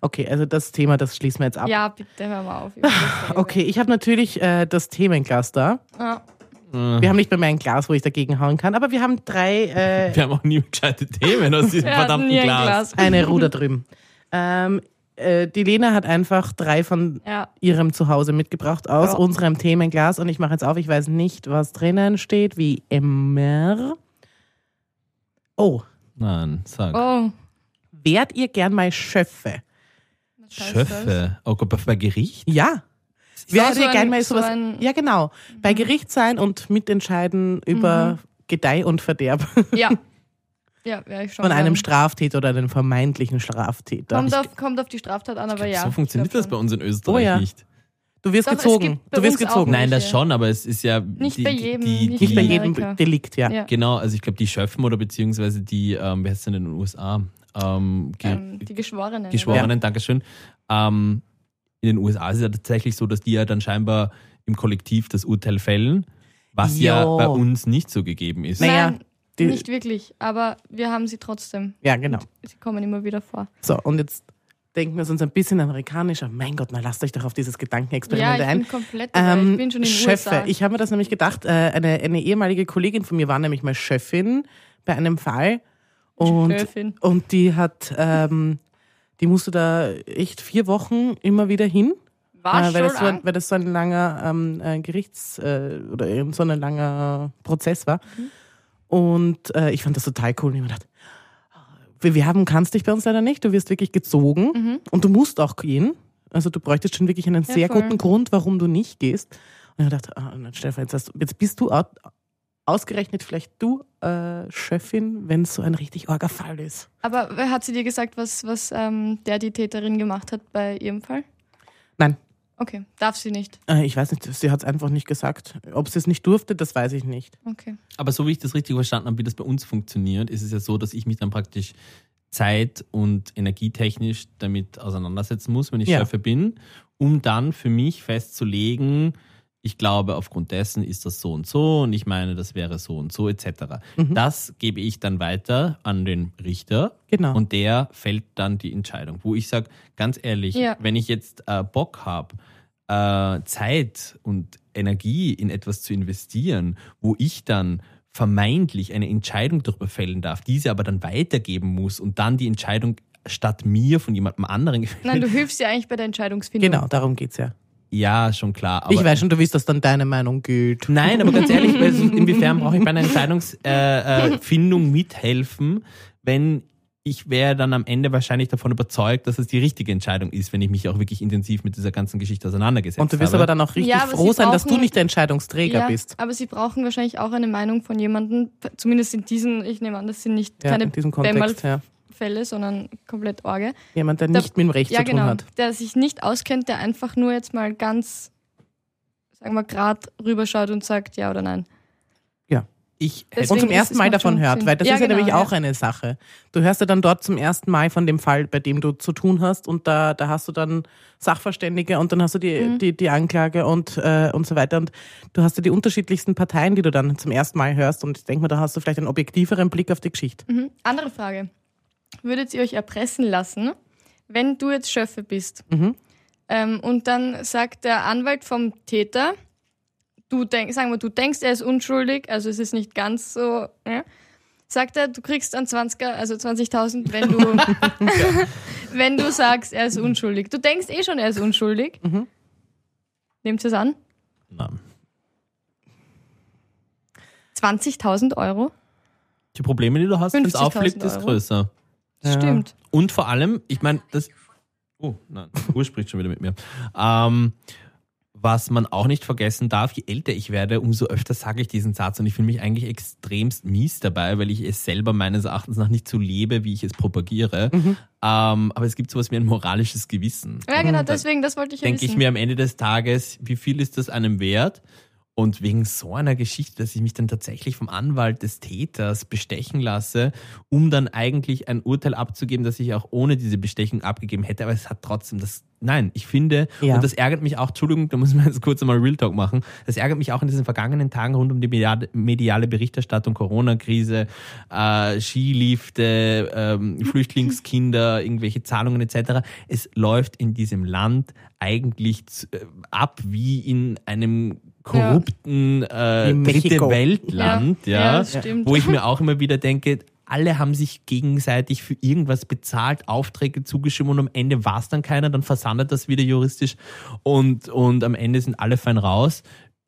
Okay, also das Thema, das schließen wir jetzt ab.
Ja, bitte hör mal auf. ich will das selber.
Okay, ich habe natürlich äh, das Themenglas da.
Ja.
Wir
Mhm.
haben nicht mehr mein Glas, wo ich dagegen hauen kann, aber wir haben drei, äh,
Wir haben auch nie gescheite Themen aus diesem
Wir hatten
verdammten
nie ein
Glas.
Glas.
eine Ruder drüben. Ähm, äh, die Lena hat einfach drei von
Ja.
ihrem Zuhause mitgebracht aus
Ja.
unserem Themenglas und ich mache jetzt auf, ich weiß nicht, was drinnen steht, wie immer. Oh,
Nein, sag.
Oh.
wärt ihr gern mal Schöffe?
Was heißt das?
Schöffe. Oh Gott, bei Gericht?
Ja.
auch
Wärt
so
ihr gern
ein-
mal
so
sowas?
ein- Mhm.
ja, genau. Bei Gericht sein und mitentscheiden über Gedeih und Verderb
Ja. Ja, wäre ich schon.
von einem
gern.
Straftäter oder einem vermeintlichen Straftäter.
Kommt auf, kommt auf die Straftat an, aber ja.
so funktioniert
ich glaub
das bei
schon.
uns in Österreich
Oh ja.
nicht.
Du wirst
Doch, es
gezogen.
gibt bei
Du wirst
uns auch
gezogen.
Nein,
Nein, das
Welche?
schon, aber es ist ja.
Nicht
die,
bei
die-
jedem,
Die,
nicht
die,
Nicht bei jedem
Amerika.
Delikt, ja.
Ja.
Genau, also ich glaube, die Schöffen oder beziehungsweise die, ähm, wie heißt es denn in den USA? Ähm, ge
Ähm, die Geschworenen. oder?
Geschworenen, Dankeschön. Ähm, in den USA ist es ja tatsächlich so, dass die ja dann scheinbar im Kollektiv das Urteil fällen, was ja
Jo.
bei uns nicht so gegeben ist.
Nein. Naja,
Nein,
die-
nicht wirklich, aber wir haben sie trotzdem.
Ja, genau.
Sie kommen immer wieder vor.
So, und jetzt denken wir es uns ein bisschen amerikanischer. Mein Gott, na lasst euch doch auf dieses
ja,
Gedankenexperiment
ich
ein.
bin komplett dabei.
Ähm,
ich bin schon in den
Schöffe.
USA.
Ich habe mir das nämlich gedacht, äh, eine, eine ehemalige Kollegin von mir war nämlich mal Chefin bei einem Fall. Und,
Schöfin.
und die hat, ähm, die musste da echt vier Wochen immer wieder hin.
War
Äh, weil,
Ah, schon
das so ein,
lang.
weil das so ein langer ähm, äh, Gerichts- äh, oder eben so ein langer Prozess war. Und äh, ich fand das total cool. Und ich hab mir gedacht, "Ah, wir werben kannst dich bei uns leider nicht. Du wirst wirklich gezogen
Mhm.
und du musst auch gehen. Also du bräuchtest schon wirklich einen sehr
voll.
guten Grund, warum du nicht gehst. Und ich hab gedacht, ah, na, Stefan, jetzt, hast, du- jetzt bist du out, ausgerechnet vielleicht du äh, Chefin, wenn es so ein richtig arger Fall ist.
Aber hat sie dir gesagt, was, was ähm, der die Täterin gemacht hat bei ihrem Fall?
Nein.
Okay, darf sie nicht.
Äh, ich weiß nicht, sie hat es einfach nicht gesagt. Ob sie es nicht durfte, das weiß ich nicht.
Okay.
Aber so wie ich das richtig verstanden habe, wie das bei uns funktioniert, ist es ja so, dass ich mich dann praktisch zeit- und energietechnisch damit auseinandersetzen muss, wenn ich
Ja.
Schöffe bin, um dann für mich festzulegen, ich glaube, aufgrund dessen ist das so und so und ich meine, das wäre so und so etc. Das gebe ich dann weiter an den Richter
Genau.
und der fällt dann die Entscheidung, wo ich sage, ganz ehrlich,
Ja.
wenn ich jetzt äh, Bock habe, äh, Zeit und Energie in etwas zu investieren, wo ich dann vermeintlich eine Entscheidung darüber fällen darf, diese aber dann weitergeben muss und dann die Entscheidung statt mir von jemandem anderen gefällt.
Nein, du hilfst ja eigentlich bei der Entscheidungsfindung.
Genau, darum geht's ja.
Ja, schon klar. Aber
ich weiß schon, du willst, dass dann deine Meinung gilt.
Nein, aber ganz ehrlich, weil so inwiefern brauche ich bei einer Entscheidungsfindung äh, Findung mithelfen, wenn ich wäre dann am Ende wahrscheinlich davon überzeugt, dass es die richtige Entscheidung ist, wenn ich mich auch wirklich intensiv mit dieser ganzen Geschichte auseinandergesetzt habe.
Und du wirst aber dann auch richtig
Ja, aber
froh
sie
sein, dass du
brauchen-
nicht der Entscheidungsträger
Ja,
bist.
aber sie brauchen wahrscheinlich auch eine Meinung von jemandem, zumindest in diesen, ich nehme an, das sind nicht
Ja,
keine
in diesem Kontext. Ja.
Fälle, sondern komplett Orge.
Jemand, der
Da-
nicht mit dem Recht
ja,
zu tun
genau.
hat.
Der sich nicht auskennt, der einfach nur jetzt mal ganz, sagen wir, grad rüberschaut und sagt ja oder nein.
ich
Deswegen-
hätte,
Und zum
ist-
ersten
es
Mal
macht
davon
schon
hört,
Sinn.
weil das
Ja,
ist ja
genau,
nämlich
ja.
auch eine Sache. Du hörst ja dann dort zum ersten Mal von dem Fall, bei dem du zu tun hast und da, da hast du dann Sachverständige und dann hast du die,
Mhm.
die, die Anklage und, äh, und so weiter und du hast ja die unterschiedlichsten Parteien, die du dann zum ersten Mal hörst und ich denke mal, da hast du vielleicht einen objektiveren Blick auf die Geschichte.
Mhm. Andere Frage. Würdet ihr euch erpressen lassen, wenn du jetzt Schöffe bist?
Mhm.
Ähm, und dann sagt der Anwalt vom Täter, du denkst, sagen wir, du denkst, er ist unschuldig, also es ist nicht ganz so, ja. sagt er, du kriegst an 20er, also 20.000, wenn du, wenn du sagst, er ist unschuldig. Du denkst eh schon, er ist unschuldig.
Mhm.
Nehmt es an?
Na,
20.000 Euro?
die Probleme, die du hast, wenn es
50.000
auffliegt, ist
Euro.
größer.
Das
Ja.
Stimmt.
Und vor allem, ich meine, das. Oh, nein, die Uhr spricht schon wieder mit mir. Ähm, was man auch nicht vergessen darf, je älter ich werde, umso öfter sage ich diesen Satz und ich fühle mich eigentlich extremst mies dabei, weil ich es selber meines Erachtens nach nicht so lebe, wie ich es propagiere. Ähm, aber es gibt sowas wie ein moralisches Gewissen.
Mhm. Ja, genau,
Und da
deswegen, das wollte ich ja
Denke Mhm, ich
wissen.
mir am Ende des Tages, wie viel ist das einem wert? Und wegen so einer Geschichte, dass ich mich dann tatsächlich vom Anwalt des Täters bestechen lasse, um dann eigentlich ein Urteil abzugeben, das ich auch ohne diese Bestechung abgegeben hätte. Aber es hat trotzdem das. Nein, ich finde,
Ja.
und das ärgert mich auch, Entschuldigung, da muss man jetzt kurz einmal Real Talk machen. Das ärgert mich auch in diesen vergangenen Tagen rund um die mediale- mediale Berichterstattung, Corona-Krise, äh, Skilifte, ähm, Flüchtlingskinder, irgendwelche Zahlungen etc. Es läuft in diesem Land eigentlich z- äh, ab wie in einem korrupten äh,
In
dritte
Mexiko.
Weltland,
Ja,
ja,
ja, das stimmt.
wo ich mir auch immer wieder denke, alle haben sich gegenseitig für irgendwas bezahlt, Aufträge zugeschoben und am Ende war es dann keiner, dann versandet das wieder juristisch und, und am Ende sind alle fein raus.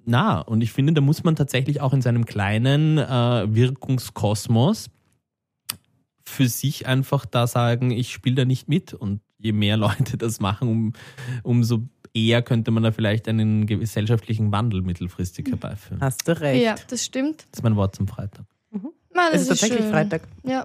Na, und ich finde, da muss man tatsächlich auch in seinem kleinen äh, Wirkungskosmos für sich einfach da sagen, ich spiele da nicht mit. Und je mehr Leute das machen, um, umso eher könnte man da vielleicht einen gesellschaftlichen Wandel mittelfristig herbeiführen.
Hast du recht.
Ja, das stimmt.
Das ist mein Wort zum Freitag.
Man,
Es
das
ist tatsächlich
schön.
Freitag.
Ja.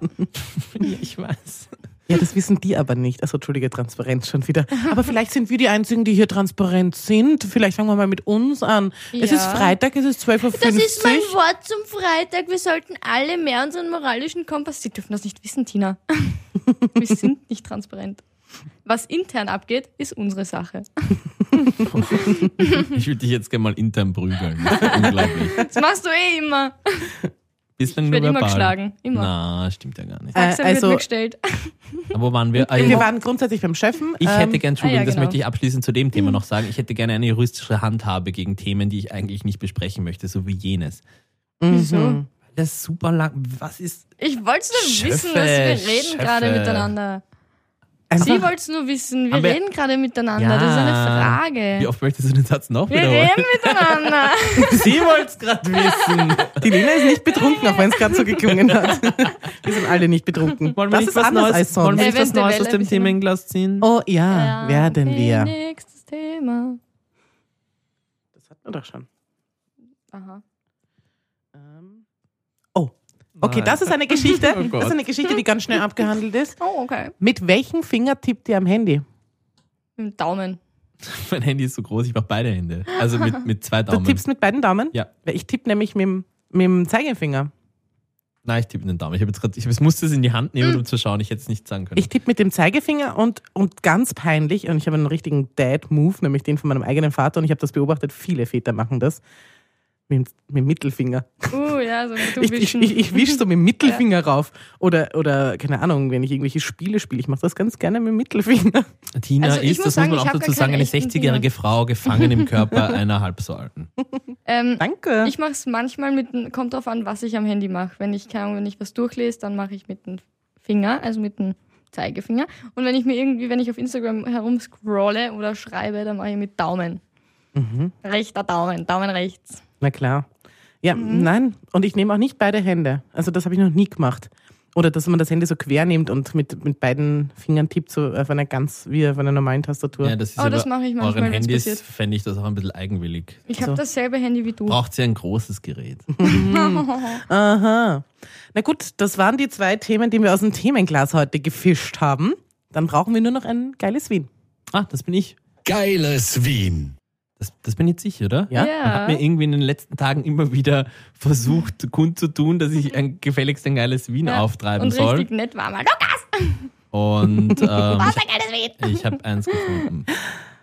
Ich weiß.
Ja, das wissen die aber nicht. Also entschuldige Transparenz schon wieder. Aber vielleicht sind wir die Einzigen, die hier transparent sind. Vielleicht fangen wir mal mit uns an. Es
Ja.
ist Freitag, es ist 12.50 Uhr.
Das ist mein Wort zum Freitag. Wir sollten alle mehr unseren moralischen Kompass. Sie dürfen das nicht wissen, Tina. Wir sind nicht transparent. Was intern abgeht, ist unsere Sache.
Ich würde dich jetzt gerne mal intern prügeln. Das ist Unglaublich.
Das machst du eh immer.
Bislang
Ich
nur
werde immer
verbal.
geschlagen. Immer.
Na, stimmt ja gar nicht.
Äh,
Axel
also-
wird mir gestellt.
Aber wo waren wir? Ah,
Wir
ja.
waren grundsätzlich beim Chefen.
Ich
Ähm,
hätte gerne, Entschuldigung,
Ah, ja,
das
genau.
möchte ich abschließend zu dem
Mhm.
Thema noch sagen. Ich hätte gerne eine juristische Handhabe gegen Themen, die ich eigentlich nicht besprechen möchte, so wie jenes.
Wieso?
Das ist super lang. Was ist.
Ich wollte es nur
Schöffe,
wissen, dass wir
Schöffe.
reden gerade miteinander.
einfach,
Sie wollte es nur wissen. Wir
Aber-
reden gerade miteinander.
Ja.
Das ist
Wie
Äh.
eine Frage.
oft möchtest du den Satz noch
Wir
wiederholen?
reden miteinander.
Sie wollt's gerade wissen.
Die Lena ist nicht betrunken, auch wenn es gerade so geklungen hat. Wir sind alle nicht betrunken.
Wollen wir
das
nicht
ist
was
anders
Neues,
als
wollen wir
sonst.
nicht was
Eventuell
Neues aus
ein
dem
bisschen.
Themenglas ziehen?
Oh ja, werden wir.
Nächstes Thema.
Das hatten wir doch schon.
Aha.
Ähm, Oh, okay, das ist eine Geschichte.
Oh Gott.
das ist eine Geschichte, die ganz schnell abgehandelt ist.
Oh, okay.
Mit welchem Finger tippt ihr am Handy?
Mit dem Daumen.
Mein Handy ist so groß, ich mache beide Hände. Also mit, mit zwei
Du
Daumen.
tippst mit beiden Daumen?
Ja. Genau.
Weil Ich tippe nämlich mit, dem- mit dem Zeigefinger.
Nein, ich tippe den Daumen. Ich, hab jetzt grad, ich musste es in die Hand
Hm.
nehmen, um zu schauen. Ich hätte es nicht sagen können.
Ich tippe mit dem Zeigefinger und, und ganz peinlich, und ich habe einen richtigen Dad-Move, nämlich den von meinem eigenen Vater, und ich habe das beobachtet, viele Väter machen das. Mit, mit dem Mittelfinger.
Uh, ja, so mit du
Ich, ich,
wischen.
ich, ich wische so mit dem Mittelfinger rauf. Oder, oder, keine Ahnung, wenn ich irgendwelche Spiele spiele, ich mache das ganz gerne mit dem Mittelfinger.
Tina
Also ich
ist,
muss
das
sagen,
muss
ich
man
hab
auch
gar
dazu sagen,
keine
eine
echten
60-jährige Frau gefangen im Körper einer halb so alten.
Ähm,
Danke.
ich mache es manchmal mit, dem- kommt drauf an, was ich am Handy mache. Wenn ich, keine Ahnung, wenn ich was durchlese, dann mache ich mit dem Finger, also mit dem Zeigefinger. Und wenn ich mir irgendwie, wenn ich auf Instagram herumscrolle oder schreibe, dann mache ich mit Daumen.
Mhm.
Rechter Daumen, Daumen rechts.
Na klar. Ja,
Mhm.
nein. Und ich nehme auch nicht beide Hände. Also das habe ich noch nie gemacht. Oder dass man das Handy so quer nimmt und mit, mit beiden Fingern tippt, so auf einer ganz, wie auf einer normalen Tastatur.
Ja, das ist
Oh, das
aber
mache ich manchmal,
euren
wenn's
Handys
passiert.
fände ich das auch ein bisschen eigenwillig.
Ich habe
So.
dasselbe Handy wie du.
Braucht sie ein großes Gerät.
Aha. Na gut, das waren die zwei Themen, die wir aus dem Themenglas heute gefischt haben. Dann brauchen wir nur noch ein geiles Wien.
Ah, das bin ich.
Geiles Wien.
Das, das bin jetzt ich, oder?
Ja?
Man hat mir eh irgendwie in den letzten Tagen immer wieder versucht, kundzutun, dass ich ein, gefälligst ein geiles Wien
Ja.
auftreiben
Und
soll.
richtig nett war mal. Lukas,
Und ähm,
was ein geiles Wien.
ich, ich habe eins gefunden.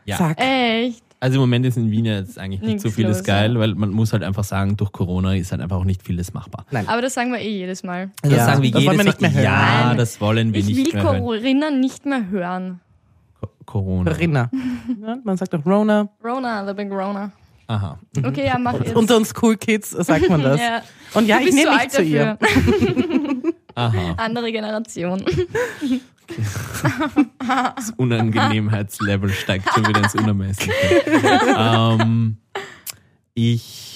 Ja.
Zack.
Äh. Echt?
Also im Moment ist in Wien ja jetzt eigentlich nicht
Nix
so vieles
los,
geil, weil man muss halt einfach sagen, durch Corona ist halt einfach auch nicht vieles machbar.
Aber das sagen wir eh jedes Mal.
Also
Ja,
das sagen wir
das
jedes
wollen wir nicht
Mal.
mehr hören.
Ja,
Nein.
das wollen wir
Ich
nicht
will
mehr hören.
Corinna nicht mehr hören.
Co- Corona.
Corinna. Ja, man sagt auch Rona.
Rona, the big Rona.
Aha.
Okay, ja, mach jetzt.
Unter uns Cool Kids sagt man das.
ja.
Und ja,
Du
ich
bist
nehme
zu
mich
alt
zu ihr.
dafür.
Aha.
Andere Generation.
Das Unangenehmheitslevel steigt schon wieder ins Unermessliche. ähm, ich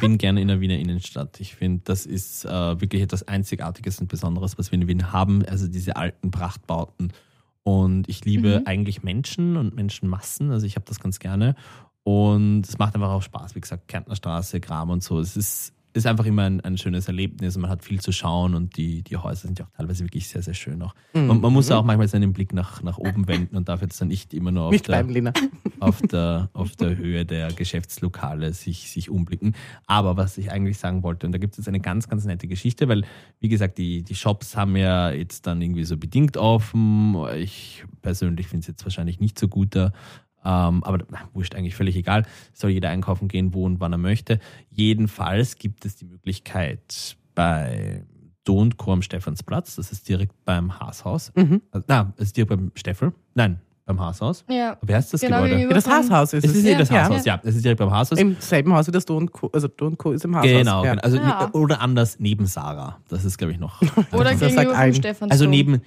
bin gerne in der Wiener Innenstadt. Ich finde, das ist äh, wirklich etwas Einzigartiges und Besonderes, was wir in Wien haben. Also diese alten Prachtbauten. Und ich liebe
Mhm.
eigentlich Menschen und Menschenmassen. Also ich habe das ganz gerne. Und es macht einfach auch Spaß. Wie gesagt, Kärntner Straße, Gram und so. Es ist, ist einfach immer ein, ein schönes Erlebnis und man hat viel zu schauen und die, die Häuser sind ja auch teilweise wirklich sehr, sehr schön auch. Und man
Mhm.
muss auch manchmal seinen Blick nach, nach oben wenden und darf jetzt dann nicht immer nur auf
Nicht
der,
beim Lena.
auf der, auf der Höhe der Geschäftslokale sich, sich umblicken. Aber was ich eigentlich sagen wollte, und da gibt es jetzt eine ganz, ganz nette Geschichte, weil, wie gesagt, die, die Shops haben ja jetzt dann irgendwie so bedingt offen. Ich persönlich finde es jetzt wahrscheinlich nicht so gut da. Ähm, aber na, wurscht eigentlich völlig egal. Soll jeder einkaufen gehen, wo und wann er möchte. Jedenfalls gibt es die Möglichkeit bei Do und Co. am Stephansplatz, das ist direkt beim Haashaus.
Mhm.
Also, na, es ist direkt beim Steffel. Nein, beim Haashaus.
Ja.
Wie heißt das
Genau
Gebäude?
Ja, das
Überkommen.
Haashaus ist
Es
es.
ist ja das
Ja.
Haashaus, ja. Es ist direkt beim Haashaus.
Im selben Haus wie das Do und Co. Also Do und Co. ist im Haashaus.
Genau,
ja.
genau. Also,
Ja.
Oder anders neben Sarah. Das ist, glaube ich, noch.
Oder
Das sagt
gegenüber
allen.
von Stefan
also
Sohn.
neben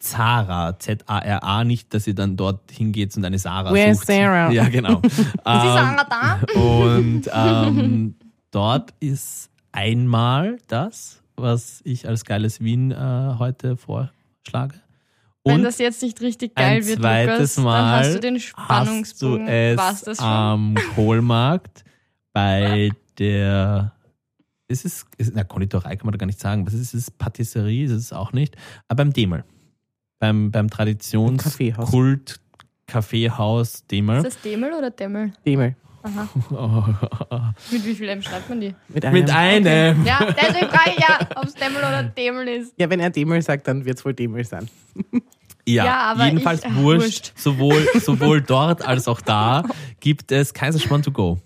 Zara, Z-A-R-A, nicht, dass ihr dann dort hingeht und eine Sarah
Where's
sucht.
Sarah?
Ja, genau. Sie
Ist die Sarah da?
Und ähm, dort ist einmal das, was ich als geiles Wien äh, heute vorschlage.
Wenn
Und
das jetzt nicht richtig
ein
geil wird,
zweites
Lukas, dann
Mal
hast du den
hast du
Spannungsbogen. War's
es
das schon?
am Kohlmarkt bei der es ist, es ist, na, Konditorei kann man da gar nicht sagen. Was ist es? Patisserie ist es auch nicht. Aber beim Demel. Beim, beim
Kaffeehaus.
Traditionskult Kaffeehaus
ist
Demel. Oh.
das Dämel oder Dämmel?
Demel.
Aha. Mit wie viel M schreibt man die?
Mit einem.
Mit einem.
Ja, deswegen frage ich ja, ob es Dämmel oder Dämel ist.
ja, wenn er Demel sagt, dann wird es wohl Demel sein.
Ja,
Ja, aber
jedenfalls
ich- ach,
wurscht.
wurscht.
Sowohl, sowohl dort als auch da gibt es Kaiserschmarrn to go.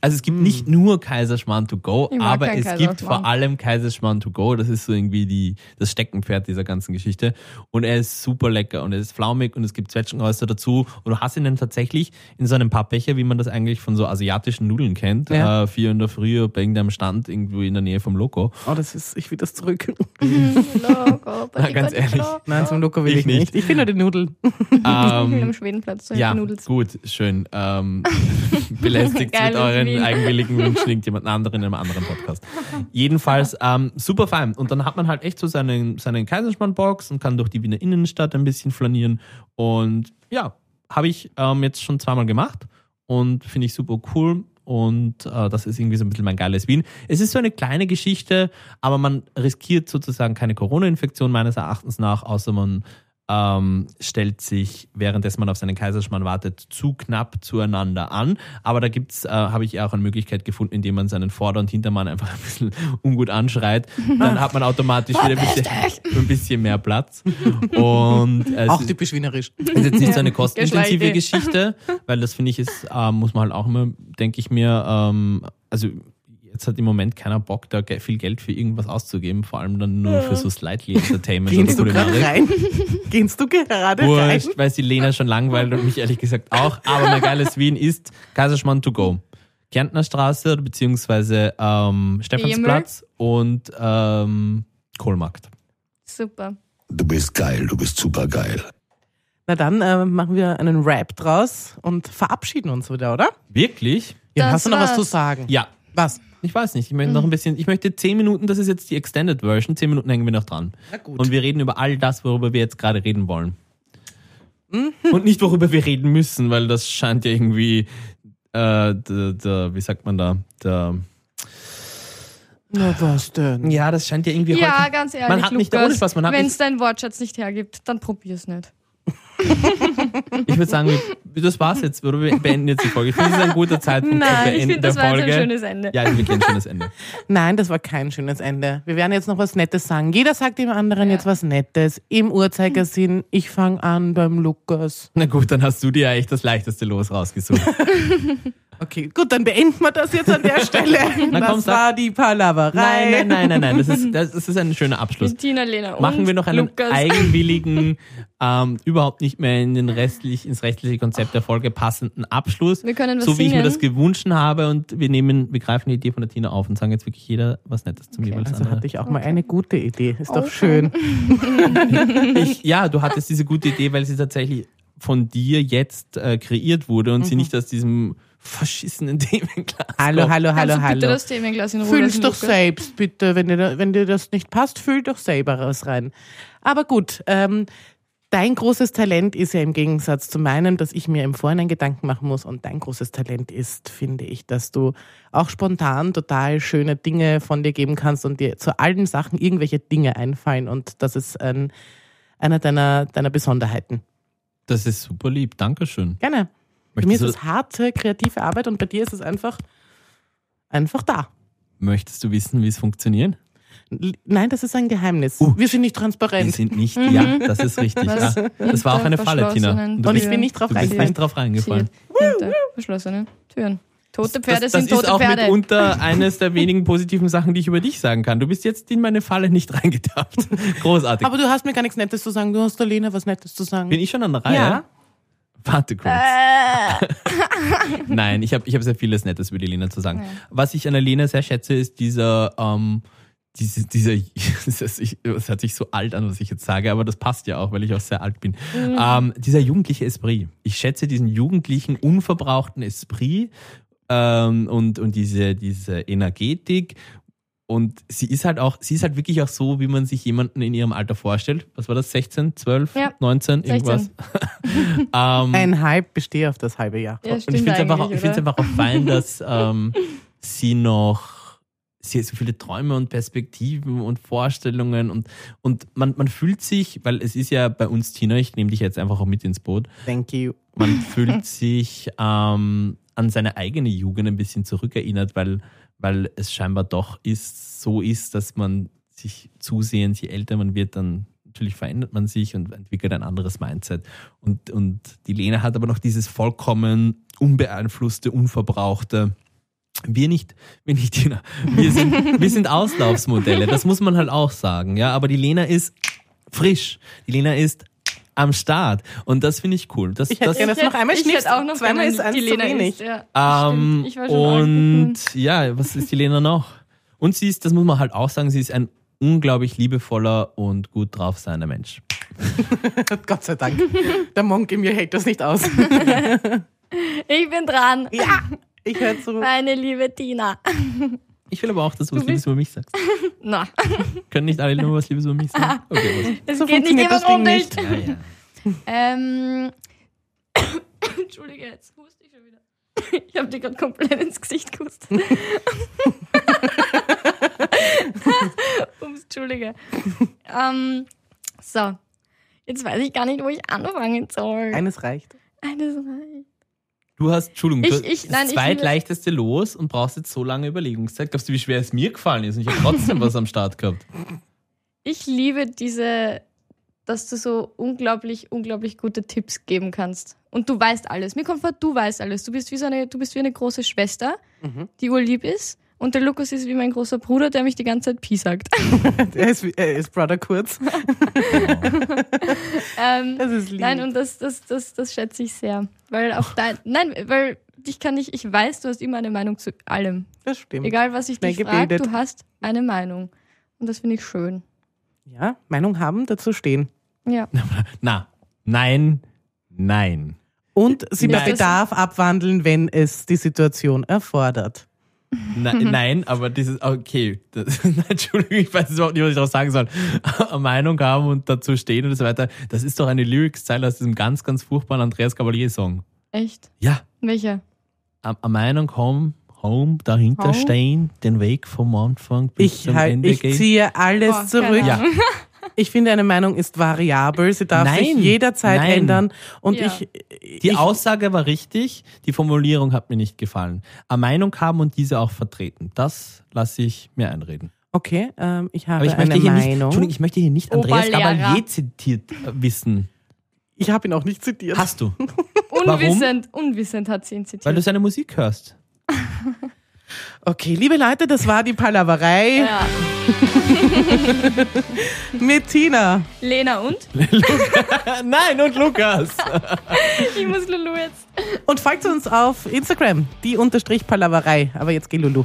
Also es gibt nicht nur Kaiserschmarrn to go,
Hm. Ich mag
aber
keinen
es gibt
Kaiserschmarrn.
vor allem Kaiserschmarrn to go. Das ist so irgendwie die, das Steckenpferd dieser ganzen Geschichte. Und er ist super lecker und er ist flaumig und es gibt Zwetschgenröster dazu. Und du hast ihn dann tatsächlich in so einem Pappbecher, wie man das eigentlich von so asiatischen Nudeln kennt.
Ja.
Äh, vier in der Früh bei irgendeinem Stand irgendwo in der Nähe vom Loco.
Oh, das ist, ich will das zurück.
Logo,
Na, ganz ehrlich.
Nein, zum Loco will
Ich
ich, nicht.
nicht.
Ich finde nur die Nudeln.
Ich will
Ähm,
am Schwedenplatz so
Ja,
Nudels.
gut, schön. Ähm, belästigt mit
Geil und
euren
Wien.
eigenwilligen Wünschen irgendjemand anderen in einem anderen Podcast. Jedenfalls ähm, super fein. Und dann hat man halt echt so seinen, seinen Kaiserschmarrn-Box und kann durch die Wiener Innenstadt ein bisschen flanieren. Und ja, habe ich ähm, jetzt schon zweimal gemacht und finde ich super cool. Und äh, das ist irgendwie so ein bisschen mein geiles Wien. Es ist so eine kleine Geschichte, aber man riskiert sozusagen keine Corona-Infektion meines Erachtens nach, außer man ähm, stellt sich, währenddessen man auf seinen Kaiserschmarrn wartet, zu knapp zueinander an. Aber da gibt's, äh, habe ich auch eine Möglichkeit gefunden, indem man seinen Vorder- und Hintermann einfach ein bisschen ungut anschreit. Dann hat man automatisch wieder ein bisschen, ein bisschen mehr Platz. Und äh, es
Auch
ist-
typisch wienerisch.
ist jetzt nicht so eine
Geschleide.
kostenintensive Geschichte, weil das finde ich ist, ähm, muss man halt auch immer, denke ich mir, ähm, also jetzt hat im Moment keiner Bock, da ge- viel Geld für irgendwas auszugeben, vor allem dann nur für so slightly Entertainment oder
Gehst du gerade
Kulinarik.
rein? Gehst du gerade rein?
Wurscht, weil sie Lena schon langweilt und mich ehrlich gesagt auch. Aber mein geiles Wien ist Kaiserschmarrn to go. Kärntner Straße beziehungsweise ähm, Stephansplatz und ähm, Kohlmarkt.
Super.
Du bist geil, du bist super geil.
Na dann äh, machen wir einen Rap draus und verabschieden uns wieder, oder?
Wirklich?
Ja,
Das
hast du noch was
war's.
zu sagen?
Ja.
Was?
Ich weiß nicht. Ich möchte noch ein bisschen, ich möchte 10 Minuten, das ist jetzt die Extended Version, 10 Minuten hängen wir noch dran.
Na gut.
Und wir reden über all das, worüber wir jetzt gerade reden wollen. Und nicht worüber wir reden müssen, weil das scheint ja irgendwie, äh, der, der, wie sagt man da, der,
Na was denn?
ja, das scheint ja irgendwie heute
Ja, ganz ehrlich,
Man hat nicht- ohne
Lukas,
Spaß, man hat
wenn
nicht-
es dein Wortschatz nicht hergibt, dann probier's nicht.
Ich würde sagen, wir- das war's jetzt. Oder wir beenden jetzt die Folge. Ich finde, es ist ein guter Zeitpunkt zum
Nein, ich
Beenden
finde, das
der
war jetzt
Folge.
ein schönes Ende.
ja, wirklich ein schönes Ende.
Nein, das war kein schönes Ende. Wir werden jetzt noch was Nettes sagen. Jeder sagt dem anderen
Ja.
jetzt was Nettes. Im Uhrzeigersinn, ich fange an beim Lukas.
Na gut, dann hast du dir ja echt das leichteste Los rausgesucht.
Okay, gut, dann beenden wir das jetzt an der Stelle.
Na komm,
das
sag-
war die Palaverei.
Nein, nein, nein, nein, nein. Das ist, das, das ist ein schöner Abschluss.
Mit Tina, Lena und
Machen wir noch einen
Lukas.
eigenwilligen, ähm, überhaupt nicht mehr in den restlich, ins restliche Konzept der Folge passenden Abschluss.
Wir können was
so wie ich mir
singen.
das gewünschen habe. Und wir nehmen, wir greifen die Idee von der Tina auf und sagen jetzt wirklich jeder was Nettes zum jeweils
Also
anderen.
hatte ich auch mal eine gute Idee. Ist doch
Okay.
schön.
ich, ja, du hattest diese gute Idee, weil sie tatsächlich von dir jetzt äh, kreiert wurde und sie nicht aus diesem verschissenen Themenglas.
Hallo,
kommt.
hallo,
Kannst
hallo,
du Also bitte
hallo.
das Themenglas in Ruhe
Fühl's
lassen,
doch
Lukas?
selbst, bitte. Wenn dir, da- wenn dir das nicht passt, fühl doch selber was rein. Aber gut, ähm, dein großes Talent ist ja im Gegensatz zu meinem, dass ich mir im Vorhinein Gedanken machen muss. Und dein großes Talent ist, finde ich, dass du auch spontan total schöne Dinge von dir geben kannst und dir zu allen Sachen irgendwelche Dinge einfallen. Und das ist ein, einer deiner, deiner Besonderheiten.
Das ist super lieb, Dankeschön.
Gerne. Bei mir
Möchtest
ist
du,
es harte, kreative Arbeit und bei dir ist es einfach, einfach da.
möchtest du wissen, wie es funktioniert?
L- Nein, das ist ein Geheimnis.
Uh.
Wir sind nicht
Wir
transparent.
sind nicht, ja, das ist richtig. Ja.
Was?
Das war auch eine Falle, Tina.
verschlossenen
Du
Und ich
bist,
bin nicht drauf
du bist
reingefallen.
nicht drauf reingefallen.
Siehe, hinter verschlossenen ne? Türen. Tote Pferde
das das
sind tote
ist auch
Pferde.
mitunter eines der wenigen positiven Sachen, die ich über dich sagen kann. Du bist jetzt in meine Falle nicht reingetappt. Großartig.
Aber du hast mir gar nichts Nettes zu sagen. Du hast der Lena was Nettes zu sagen.
bin ich schon an der Reihe?
Ja.
Warte kurz.
Äh,
Nein, ich habe ich hab sehr vieles Nettes über die Lena zu sagen.
Ja.
Was ich an der Lena sehr schätze, ist dieser, ähm, diese, dieser, es ist- ich- es hört sich so alt an, was ich jetzt sage, aber das passt ja auch, weil ich auch sehr alt bin.
Mhm.
Ähm, dieser jugendliche Esprit. Ich schätze diesen jugendlichen, unverbrauchten Esprit ähm, und, und diese, diese Energetik. Und sie ist halt auch, sie ist halt wirklich auch so, wie man sich jemanden in ihrem Alter vorstellt. Was war das? 16, 12,
Ja.
19,
16.
irgendwas? ähm,
Ein Hype bestehe auf das halbe Jahr.
ja,
und ich
stimmt
finde es einfach, auch-
eigentlich,
ich find's
oder?
einfach auch fein, dass ähm, sie noch sie hat so viele Träume und Perspektiven und Vorstellungen und, und man, man fühlt sich, weil es ist ja bei uns, Tina, ich nehme dich jetzt einfach auch mit ins Boot,
Thank you.
man fühlt sich ähm, an seine eigene Jugend ein bisschen zurückerinnert, weil, weil es scheinbar doch ist, so ist, dass man sich zusehends, je älter man wird, dann natürlich verändert man sich und entwickelt ein anderes Mindset. Und, und die Lena hat aber noch dieses vollkommen unbeeinflusste, unverbrauchte. Wir nicht, wir nicht, Tina. Wir sind, wir sind Auslaufsmodelle, das muss man halt auch sagen. Ja, aber die Lena ist frisch. Die Lena ist am Start. Und das finde ich cool. Das,
Ich hätte
das,
gerne, dass du noch einmal
Ich hätte
schnippst.
auch noch
Zweimal
gerne
ist eins
die
zu
Lena
wenig.
Ist, ja.
ähm,
Stimmt, ich war schon
und
arg-
ja, was ist die Lena noch? Und sie ist, das muss man halt auch sagen, sie ist ein unglaublich liebevoller und gut drauf seiender Mensch.
Gott sei Dank. Der Monk in mir hält das nicht aus.
Ich bin dran.
ja, ich höre zu.
Meine liebe Tina.
Ich will aber auch, dass du was Liebes über mich sagst.
Na,
Können nicht alle nur was Liebes über mich sagen? Okay,
es
So
geht nicht
funktioniert das
jemand
Ding
um dich.
nicht.
was? Ja, ja.
Ähm. Entschuldige, jetzt huste ich schon wieder. Ich habe dir gerade komplett ins Gesicht gehustet. Ups, Entschuldige. Ähm, so. Jetzt weiß ich gar nicht, wo ich anfangen soll.
Eines reicht.
Eines Mal.
Du hast, Entschuldigung,
Ich-
du hast
ich-
das
nein, ich will-
zweitleichteste los und brauchst jetzt so lange Überlegungszeit. Glaubst du, wie schwer es mir gefallen ist? Und ich habe trotzdem was am Start gehabt.
Ich liebe diese, dass du so unglaublich, unglaublich gute Tipps geben kannst. Und du weißt alles. Mir kommt vor, du weißt alles. Du bist wie so eine, du bist wie eine große Schwester,
Mhm.
die urlieb ist. Und der Lukas ist wie mein großer Bruder, der mich die ganze Zeit Pi sagt.
Er ist, er ist Brother kurz.
ähm,
Das ist lieb.
nein, und das, das, das, das schätze ich sehr. Weil auch dein, nein, weil ich kann nicht, ich weiß, du hast immer eine Meinung zu allem.
das stimmt.
Egal, was ich
Schnell
dich frage,
gebildet.
du hast eine Meinung. Und das finde ich schön.
Ja, Meinung haben, dazu stehen.
Ja.
Na, nein, nein.
Und sie bei
Nein.
Bedarf abwandeln, wenn es die Situation erfordert.
Na,
Mhm.
nein, aber dieses, okay, das, Entschuldigung, ich weiß jetzt überhaupt nicht, was ich darauf sagen soll. Eine Meinung haben und dazu stehen und so weiter. Das ist doch eine Lyrics-Zeile aus diesem ganz, ganz furchtbaren Andreas Cavalier-Song.
Echt.
Ja,
Welcher?
eine eine Meinung haben, home, dahinter
Home?
stehen, den Weg vom Anfang bis
Ich,
zum
halt,
Ende
ich
gehen.
ziehe alles
Boah,
zurück.
keine
Ja,
Ich finde, eine Meinung ist variabel. Sie darf sich
Nein,
jederzeit
nein.
ändern. Und
Ja.
ich,
die
ich,
Aussage war richtig, die Formulierung hat mir nicht gefallen. Eine Meinung haben und diese auch vertreten, das lasse ich mir einreden.
okay, ähm, ich habe
Aber ich
eine
möchte hier nicht,
Meinung.
Entschuldigung, ich möchte hier nicht Andreas
Oberlehrer.
Cavalier zitiert äh, wissen.
ich habe ihn auch nicht zitiert.
Hast du?
Unwissend, unwissend hat sie ihn zitiert.
Weil du seine Musik hörst.
Okay, liebe Leute, das war die Palaverei
ja.
mit Tina.
Lena und?
Nein, und Lukas.
Ich muss Lulu jetzt.
Und folgt uns auf Instagram, die unterstrich Palaverei. Aber jetzt geh Lulu.